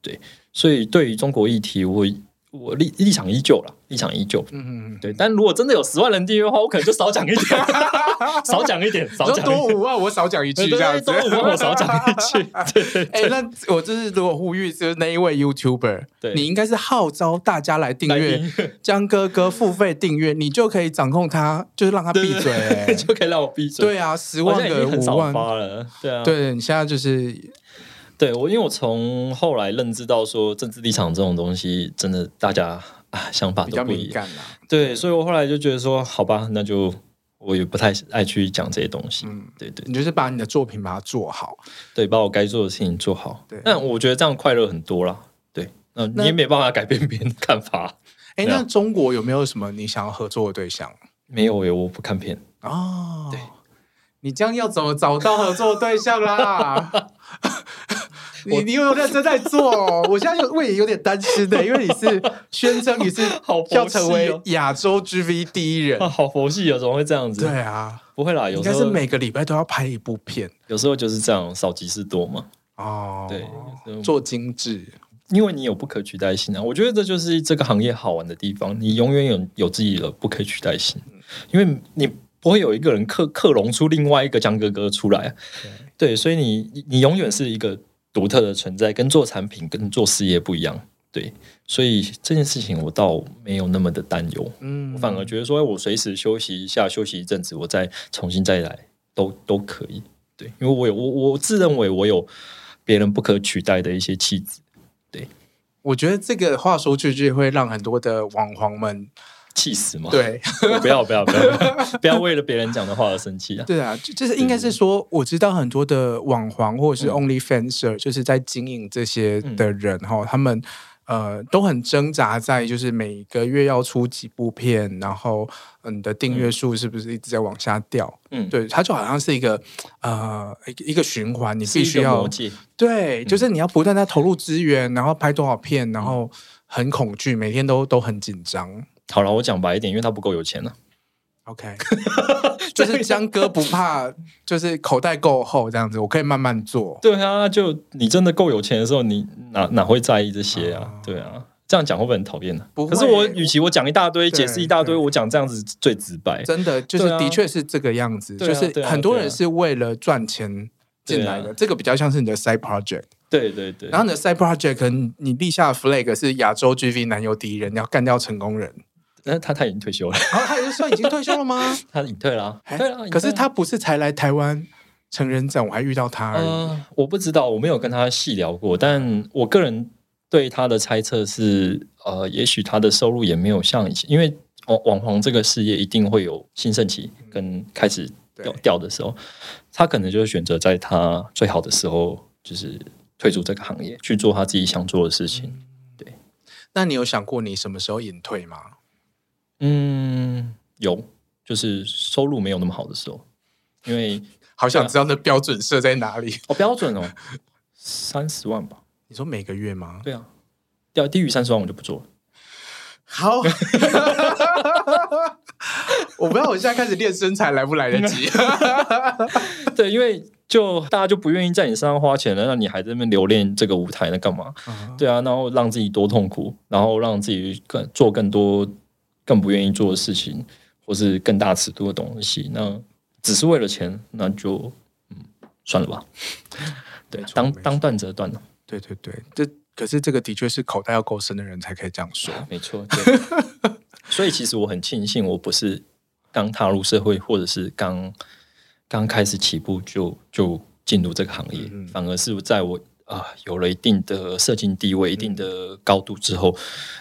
B: 对，所以对于中国议题，我我立立场依旧了，立场依旧。
A: 嗯，嗯嗯
B: 对，但如果真的有十万人订阅的话，我可能就少讲一点， 少讲一点，少
A: 你说
B: 讲一
A: 多
B: 点。
A: 五万，我少讲一句这
B: 对
A: 样
B: 对对，
A: 子
B: 多。五万我 少讲一句。对对
A: 哎、那我就是如果呼吁，就是那一位 YouTuber，
B: 对
A: 你应该是号召大家来订
B: 来
A: 阅
B: 订
A: 江哥哥付费订阅，你就可以掌控他，就是让他闭嘴、哎
B: 对，就可以让我闭嘴。
A: 对啊，十
B: 我
A: 万
B: 现在已
A: 个
B: 经很
A: 五
B: 少
A: 万，
B: 发了，对啊，
A: 对你现在就是
B: 对我，因为我从后来认知到说，政治立场这种东西，真的大家啊想法
A: 比
B: 啊都
A: 较
B: 不
A: 敏
B: 一样，
A: 感啦。
B: 对，所以我后来就觉得说，好吧，那就我也不太爱去讲这些东西，
A: 嗯
B: 对对
A: 你就是把你的作品把它做好，
B: 对，把我该做的事情做好
A: 对，
B: 但我觉得这样快乐很多啦，对，那
A: 那
B: 你也没办法改变别人的看法，
A: 哎、
B: 对啊
A: 那中国有没有什么你想要合作的对象
B: 没有耶，我不看片，
A: 哦，
B: 对，
A: 你这样要怎么找到合作对象 啦？你
B: 我
A: 你有没有认真在做、哦？ 我现在有我也有点担心 的，因为你是宣称你是
B: 好佛系哦
A: 要成为亚洲 GV 第一人
B: 啊，， 好佛系哦，怎么会这样子？
A: 对啊，
B: 不会啦，
A: 应
B: 有时
A: 该是
B: 候
A: 每个礼拜都要拍一部片
B: 有时候就是这样，少即是多嘛，
A: 哦，
B: 对，有时候
A: 做精致，
B: 因为你有不可取代性啊，我觉得这就是这个行业好玩的地方，你永远有有自己的不可取代性，因为你不会有一个人克克隆出另外一个江哥哥出来啊，对，所以你你你永远是一个独特的存在，跟做产品跟做事业不一样，对，所以这件事情我倒没有那么的担忧，
A: 嗯
B: 我反而觉得说，哎我随时休息一下，休息一阵子，我再重新再来，都都可以。对，因为我有我我自认为我有别人不可取代的一些气质
A: 我觉得这个话说出去会让很多的网黄们
B: 气死嘛。，
A: 对
B: 不要不要不要 不要为了别人讲的话而生气啊！
A: 对啊，就就是应该是说，我知道很多的网黄或者
B: 嗯
A: 是 OnlyFanser，、就是在经营这些的人哈、他们呃都很挣扎在就是每个月要出几部片，然后呃你的订阅数是不是一直在往下掉？
B: 嗯，，
A: 对，它就好像是一个呃一个一个循环，你
B: 是
A: 必
B: 一
A: 须
B: 个嗯
A: 要
B: 魔戒。
A: 对，就是你要不断在投入资源，然后拍多少片，
B: 嗯
A: 然后很恐惧，每天都都很紧张。
B: 好了，我讲白一点，因为他不够有钱啊了、
A: OK，就是江哥不怕，就是口袋够厚这样子，我可以慢慢做。
B: 对啊，就你真的够有钱的时候，你哪哪会在意这些啊
A: 啊？
B: 对啊，这样讲会不会很讨厌呢？
A: 不会
B: 可是我与其我讲一大堆，
A: 对
B: 解释一大堆，
A: 对
B: 我讲这样子最直白。
A: 真的就是
B: 对啊
A: 的确是这个样子，
B: 对
A: 就
B: 啊
A: 是
B: 对啊
A: 很多
B: 对啊
A: 人是为了赚钱进来的，
B: 对
A: 这个比较像是你的 side project。
B: 对对对。
A: 然后你的 side project 可能你立下的 flag 是亚洲 GV 男友第一人，你要干掉成功人。
B: 但是他他已经退休了，
A: 然后他也就说已经退休了吗？
B: 他隐退 了、
A: 哎
B: 对啊。
A: 可是
B: 隐退啦
A: 他不是才来台湾成人展，我还遇到他而已。
B: 呃，我不知道，我没有跟他细聊过，但我个人对他的猜测是，呃，也许他的收入也没有像以前，因为网网红这个事业一定会有兴盛期跟开始掉
A: 对
B: 掉的时候，他可能就是选择在他最好的时候，就是退出这个行业，去做他自己想做的事情。
A: 那你有想过你什么时候隐退吗？
B: 嗯，有，就是收入没有那么好的时候，因为
A: 好想知道那标准设在哪里。
B: 哦标准哦，三十万吧，
A: 你说每个月吗？
B: 对啊，掉低于三十万我就不做了。
A: 好， 我不知道我现在开始练身材来不来得及。
B: 对，因为就大家就不愿意在你身上花钱了，那你还在那边留恋这个舞台，那干嘛？对啊，然后让自己多痛苦，然后让自己更做更多更不愿意做的事情，或是更大尺度的东西，那只是为了钱，那就嗯算了吧。 对
A: 没，错
B: 当
A: 没错
B: 当断则断了，
A: 对对对，这可是这个的确是口袋要够深的人才可以这样说。
B: 没错。对所以其实我很庆幸，我不是刚踏入社会，或者是刚刚开始起步就就进入这个行业，
A: 嗯嗯
B: 反而是在我啊、有了一定的社经地位、一定
A: 嗯
B: 的高度之后，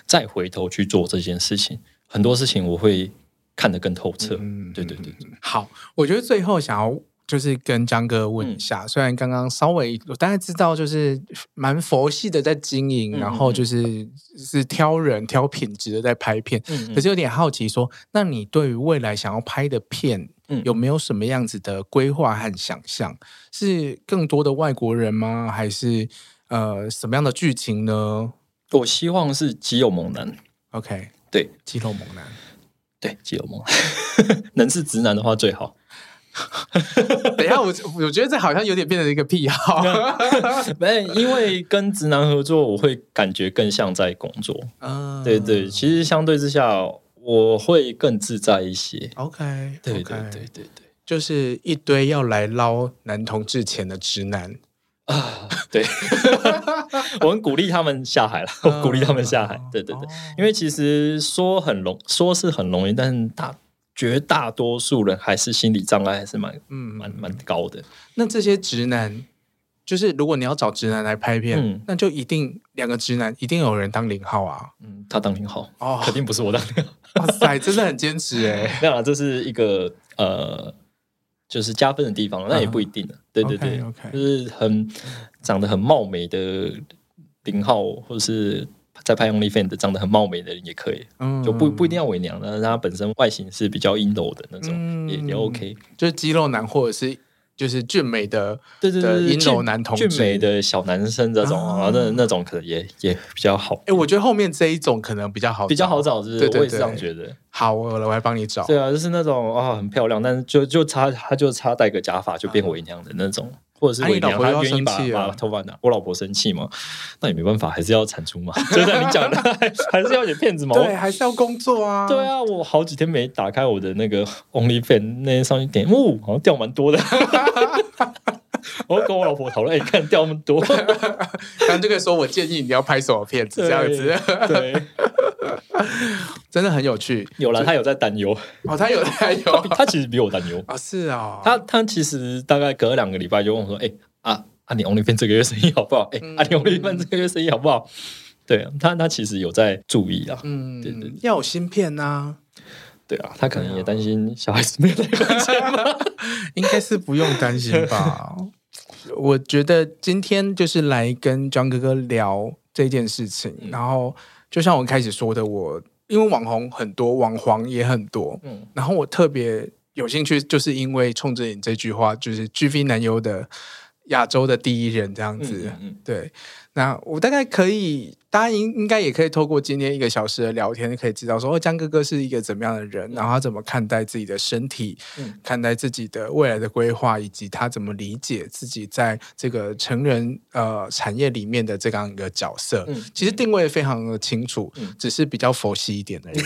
B: 再回头去做这件事情，很多事情我会看得更透彻。
A: 嗯
B: 对对对，对
A: 好，我觉得最后想要就是跟江哥问一下，虽然刚刚稍微我大概知道，就是蛮佛系的在经营，
B: 嗯
A: 然后就是是挑人挑品质的在拍片，
B: 嗯
A: 可是有点好奇说，那你对于未来想要拍的片
B: 嗯
A: 有没有什么样子的规划和想象？是更多的外国人吗？还是呃什么样的剧情呢
B: 我希望是基友猛男，
A: ？OK，
B: 对
A: 肌肉猛 男，
B: 对，基友猛男， 能是直男的话最好。
A: 等一下我我觉得这好像有点变成一个癖 好。
B: 没，因为跟直男合作，我会感觉更像在工作。
A: 嗯，
B: 对对，其实相对之下，我会更自在一些。
A: ，OK，
B: 对对对对对。
A: 就是一堆要来捞男同志钱的直 男，
B: 啊，对， 我很鼓励他们下海了，我哦鼓励他们下海
A: 嗯。
B: 对对对，，
A: 哦
B: 因为其实说很容，说是很容易，但是大绝大多数人还是心理障碍还是蛮
A: 嗯
B: 蛮蛮高的。
A: 那这些直男，就是如果你要找直男来拍片，
B: 嗯
A: 那就一定两个直男一定有人当零号啊！
B: 嗯，他当零号，
A: 哦，
B: 肯定不是我当零号。
A: 哇塞，真的很坚持哎、
B: 没有啦，这是一个呃，就是加分的地方，那也不一定的。啊对对对
A: 嗯 OK，OK
B: 就是很长得很貌美的零号，或者是在拍 OnlyFans 的长得很貌美的人也可以。
A: 嗯，
B: 就不不一定要伪娘，但是它本身外形是比较阴柔的那种，
A: 嗯
B: 也也 OK。
A: 就是肌肉男或者是就是俊美的，
B: 对对对，
A: 阴柔
B: 俊
A: 男同志
B: 俊美的小男生这种
A: 啊
B: 啊，那那种可能也也比较好，
A: 哎、我觉得后面这一种可能比较好，啊
B: 比较好。找，是
A: 对
B: 不
A: 对
B: 是？我也是
A: 对
B: 这样觉得。
A: 好，我来我来帮你找。
B: 对啊，就是那种啊，很漂亮，但是就就差他就差戴个假发就变伪娘的那种。或者是
A: 嗯啊你
B: 伪娘，
A: 老婆又要
B: 他愿意把
A: 生气了
B: 把头发拿，我老婆生气嘛，那也没办法，还是要产出嘛。就像你讲的， 还是要点骗子嘛。我
A: 对，还是要工作啊。
B: 对，啊，我好几天没打开我的那个 OnlyFan 那天上去点，哦，好像掉蛮多的。 我跟我老婆讨论，哎、你看掉那么多，
A: 但这个时候我建议你要拍什么片子，
B: 对
A: 这样子
B: 对，
A: 真的很有趣。
B: 有了，他有在 担忧，
A: 哦，他有他有
B: 他比他其实比我担忧，
A: 啊，是啊、哦，
B: 他他其实大概隔两个礼拜就问我说，哎、啊啊，你 OnlyFan 这个月生意好不好？哎、啊，你 OnlyFan 这个月生意好不好？对啊他他其实有在注意啊，
A: 嗯，
B: 对对对
A: 要有芯片呐、
B: 对啊，他可能也担心小孩子没有在关心吧。
A: 应该是不用担心吧。 我觉得今天就是来跟张哥哥聊这件事情，
B: 嗯
A: 然后就像我开始说的，我因为网红很多，网黄也很多，
B: 嗯
A: 然后我特别有兴趣，就是因为冲着你这句话，就是 GV 男优的亚洲的第一人这样子。
B: 嗯嗯
A: 对，那我大概可以，大家应应该也可以透过今天一个小时的聊天，可以知道说，哦，江哥哥是一个怎么样的人，然后他怎么看待自己的身体，
B: 嗯
A: 看待自己的未来的规划，以及他怎么理解自己在这个成人呃产业里面的这样一个角色。
B: 嗯
A: 其实定位非常的清楚，
B: 嗯
A: 只是比较佛系一点而已。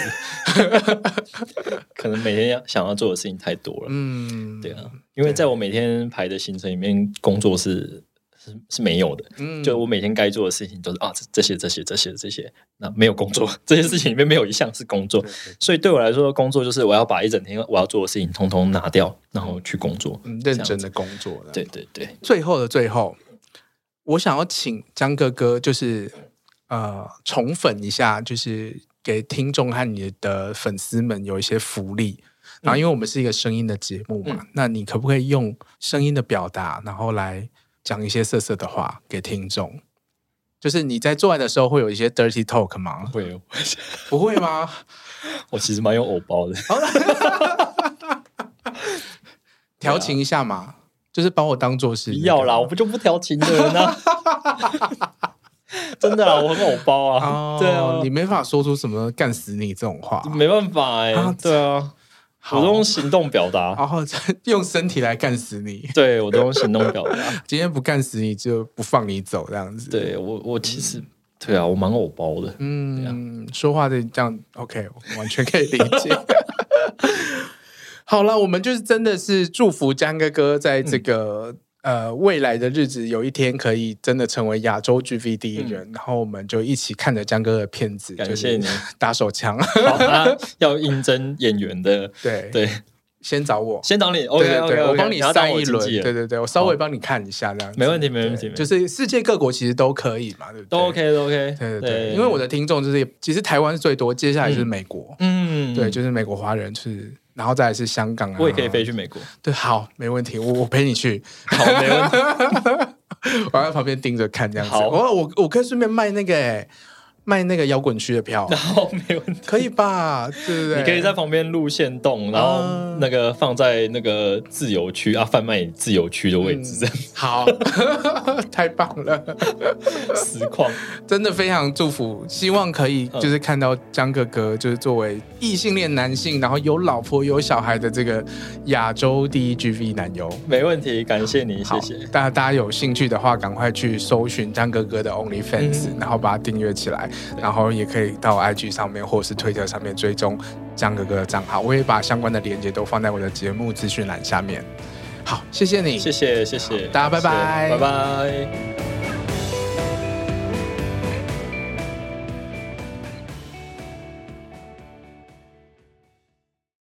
B: 可能每天要想要做的事情太多了。
A: 嗯，
B: 对啊，因为在我每天排的行程里面，工作是是是没有的。
A: 嗯，
B: 就我每天该做的事情都是啊，这这些这些这些这些，那没有工作， 这些事情里面没有一项是工作
A: 对，对
B: 所以对我来说，工作就是我要把一整天我要做的事情通通拿掉，然后去工作。
A: 嗯认
B: 这
A: 真
B: 样
A: 的工作的。
B: 对对对，
A: 最后的最后，我想要请江哥哥，就是呃，重粉一下，就是给听众和你的粉丝们有一些福利。然
B: 嗯
A: 后，因为我们是一个声音的节目嘛，那你可不可以用声音的表达，然后来讲一些色色的话给听众？就是你在做爱的时候会有一些 dirty talk 吗？
B: 会啊哦，
A: 不会吗？
B: 我其实蛮有偶包的。
A: 调情一下嘛，就是把我当做是
B: 不
A: 那个
B: 要啦，我不就不调情的人啊。 真的啦，我很偶
A: 哦
B: 包啊。，对啊，
A: 你没法说出什么干死你这种话，
B: 没办法哎、
A: 啊
B: 对啊，
A: 好
B: 我都用行动表达。
A: 然后再用身体来干死你。
B: 对我都用行动表达。
A: 今天不干死你就不放你走，这样子。，
B: 对我，我其实对啊，我蛮偶包的。
A: 嗯，
B: 啊
A: 说话的这样，OK，我完全可以理解。 好了，我们就是真的是祝福江哥哥在这个、
B: 嗯
A: 呃未来的日子，有一天可以真的成为亚洲 GV 第一人。然后我们就一起看着江哥哥的片子，
B: 嗯感谢你，
A: 打手枪。
B: 好啊，要应征演员的，
A: 对，
B: 对，
A: 先找我。
B: 先找你
A: 对
B: ，OK
A: 对
B: OK，,
A: 对，我帮你
B: 要当
A: 塞
B: 我
A: 一
B: 经
A: 轮，
B: 纪
A: 对
B: 人，
A: 对对，我稍微帮你看一下这样子，
B: 没问题没问题
A: 对
B: 没问
A: 就
B: 题
A: 是世界各国其实都可以嘛，对不对？
B: 都 OK 都 OK，
A: 对对对，因为我的听众就是，其实台湾是最多，接下来就是美国。
B: 嗯嗯
A: 对，就是美国华人是，然后再来是香港啊，
B: 我也可以飞去 美国，
A: 对，好，没问题，我我陪你去，
B: 好，没问题。
A: 我在旁边盯着看这样子。
B: 好
A: 我我我可以顺便卖那个、欸、卖那个摇滚区的 票，
B: 好，没问题。
A: 可以吧？对不对？
B: 你可以在旁边录线动，然后
A: 啊
B: 那个放在那个自由区啊，贩卖自由区的位
A: 嗯
B: 置，这样
A: 好， 太棒了，
B: 实况。
A: 真的非常祝福，希望可以
B: 嗯
A: 就是看到江哥哥，就是作为异性恋男性，然后有老婆有小孩的这个亚洲第一 GV 男优。
B: 没问题，感谢你，谢谢。
A: 大家大家有兴趣的话，赶快去搜寻张哥哥的 OnlyFans，、
B: 嗯
A: 然后把它订阅起来，然后也可以到 IG 上面或是推特上面追踪张哥哥的账号。我也把相关的链接都放在我的节目资讯栏下面。好，谢谢你，
B: 谢谢，谢谢，
A: 大家拜拜
B: 谢谢拜拜。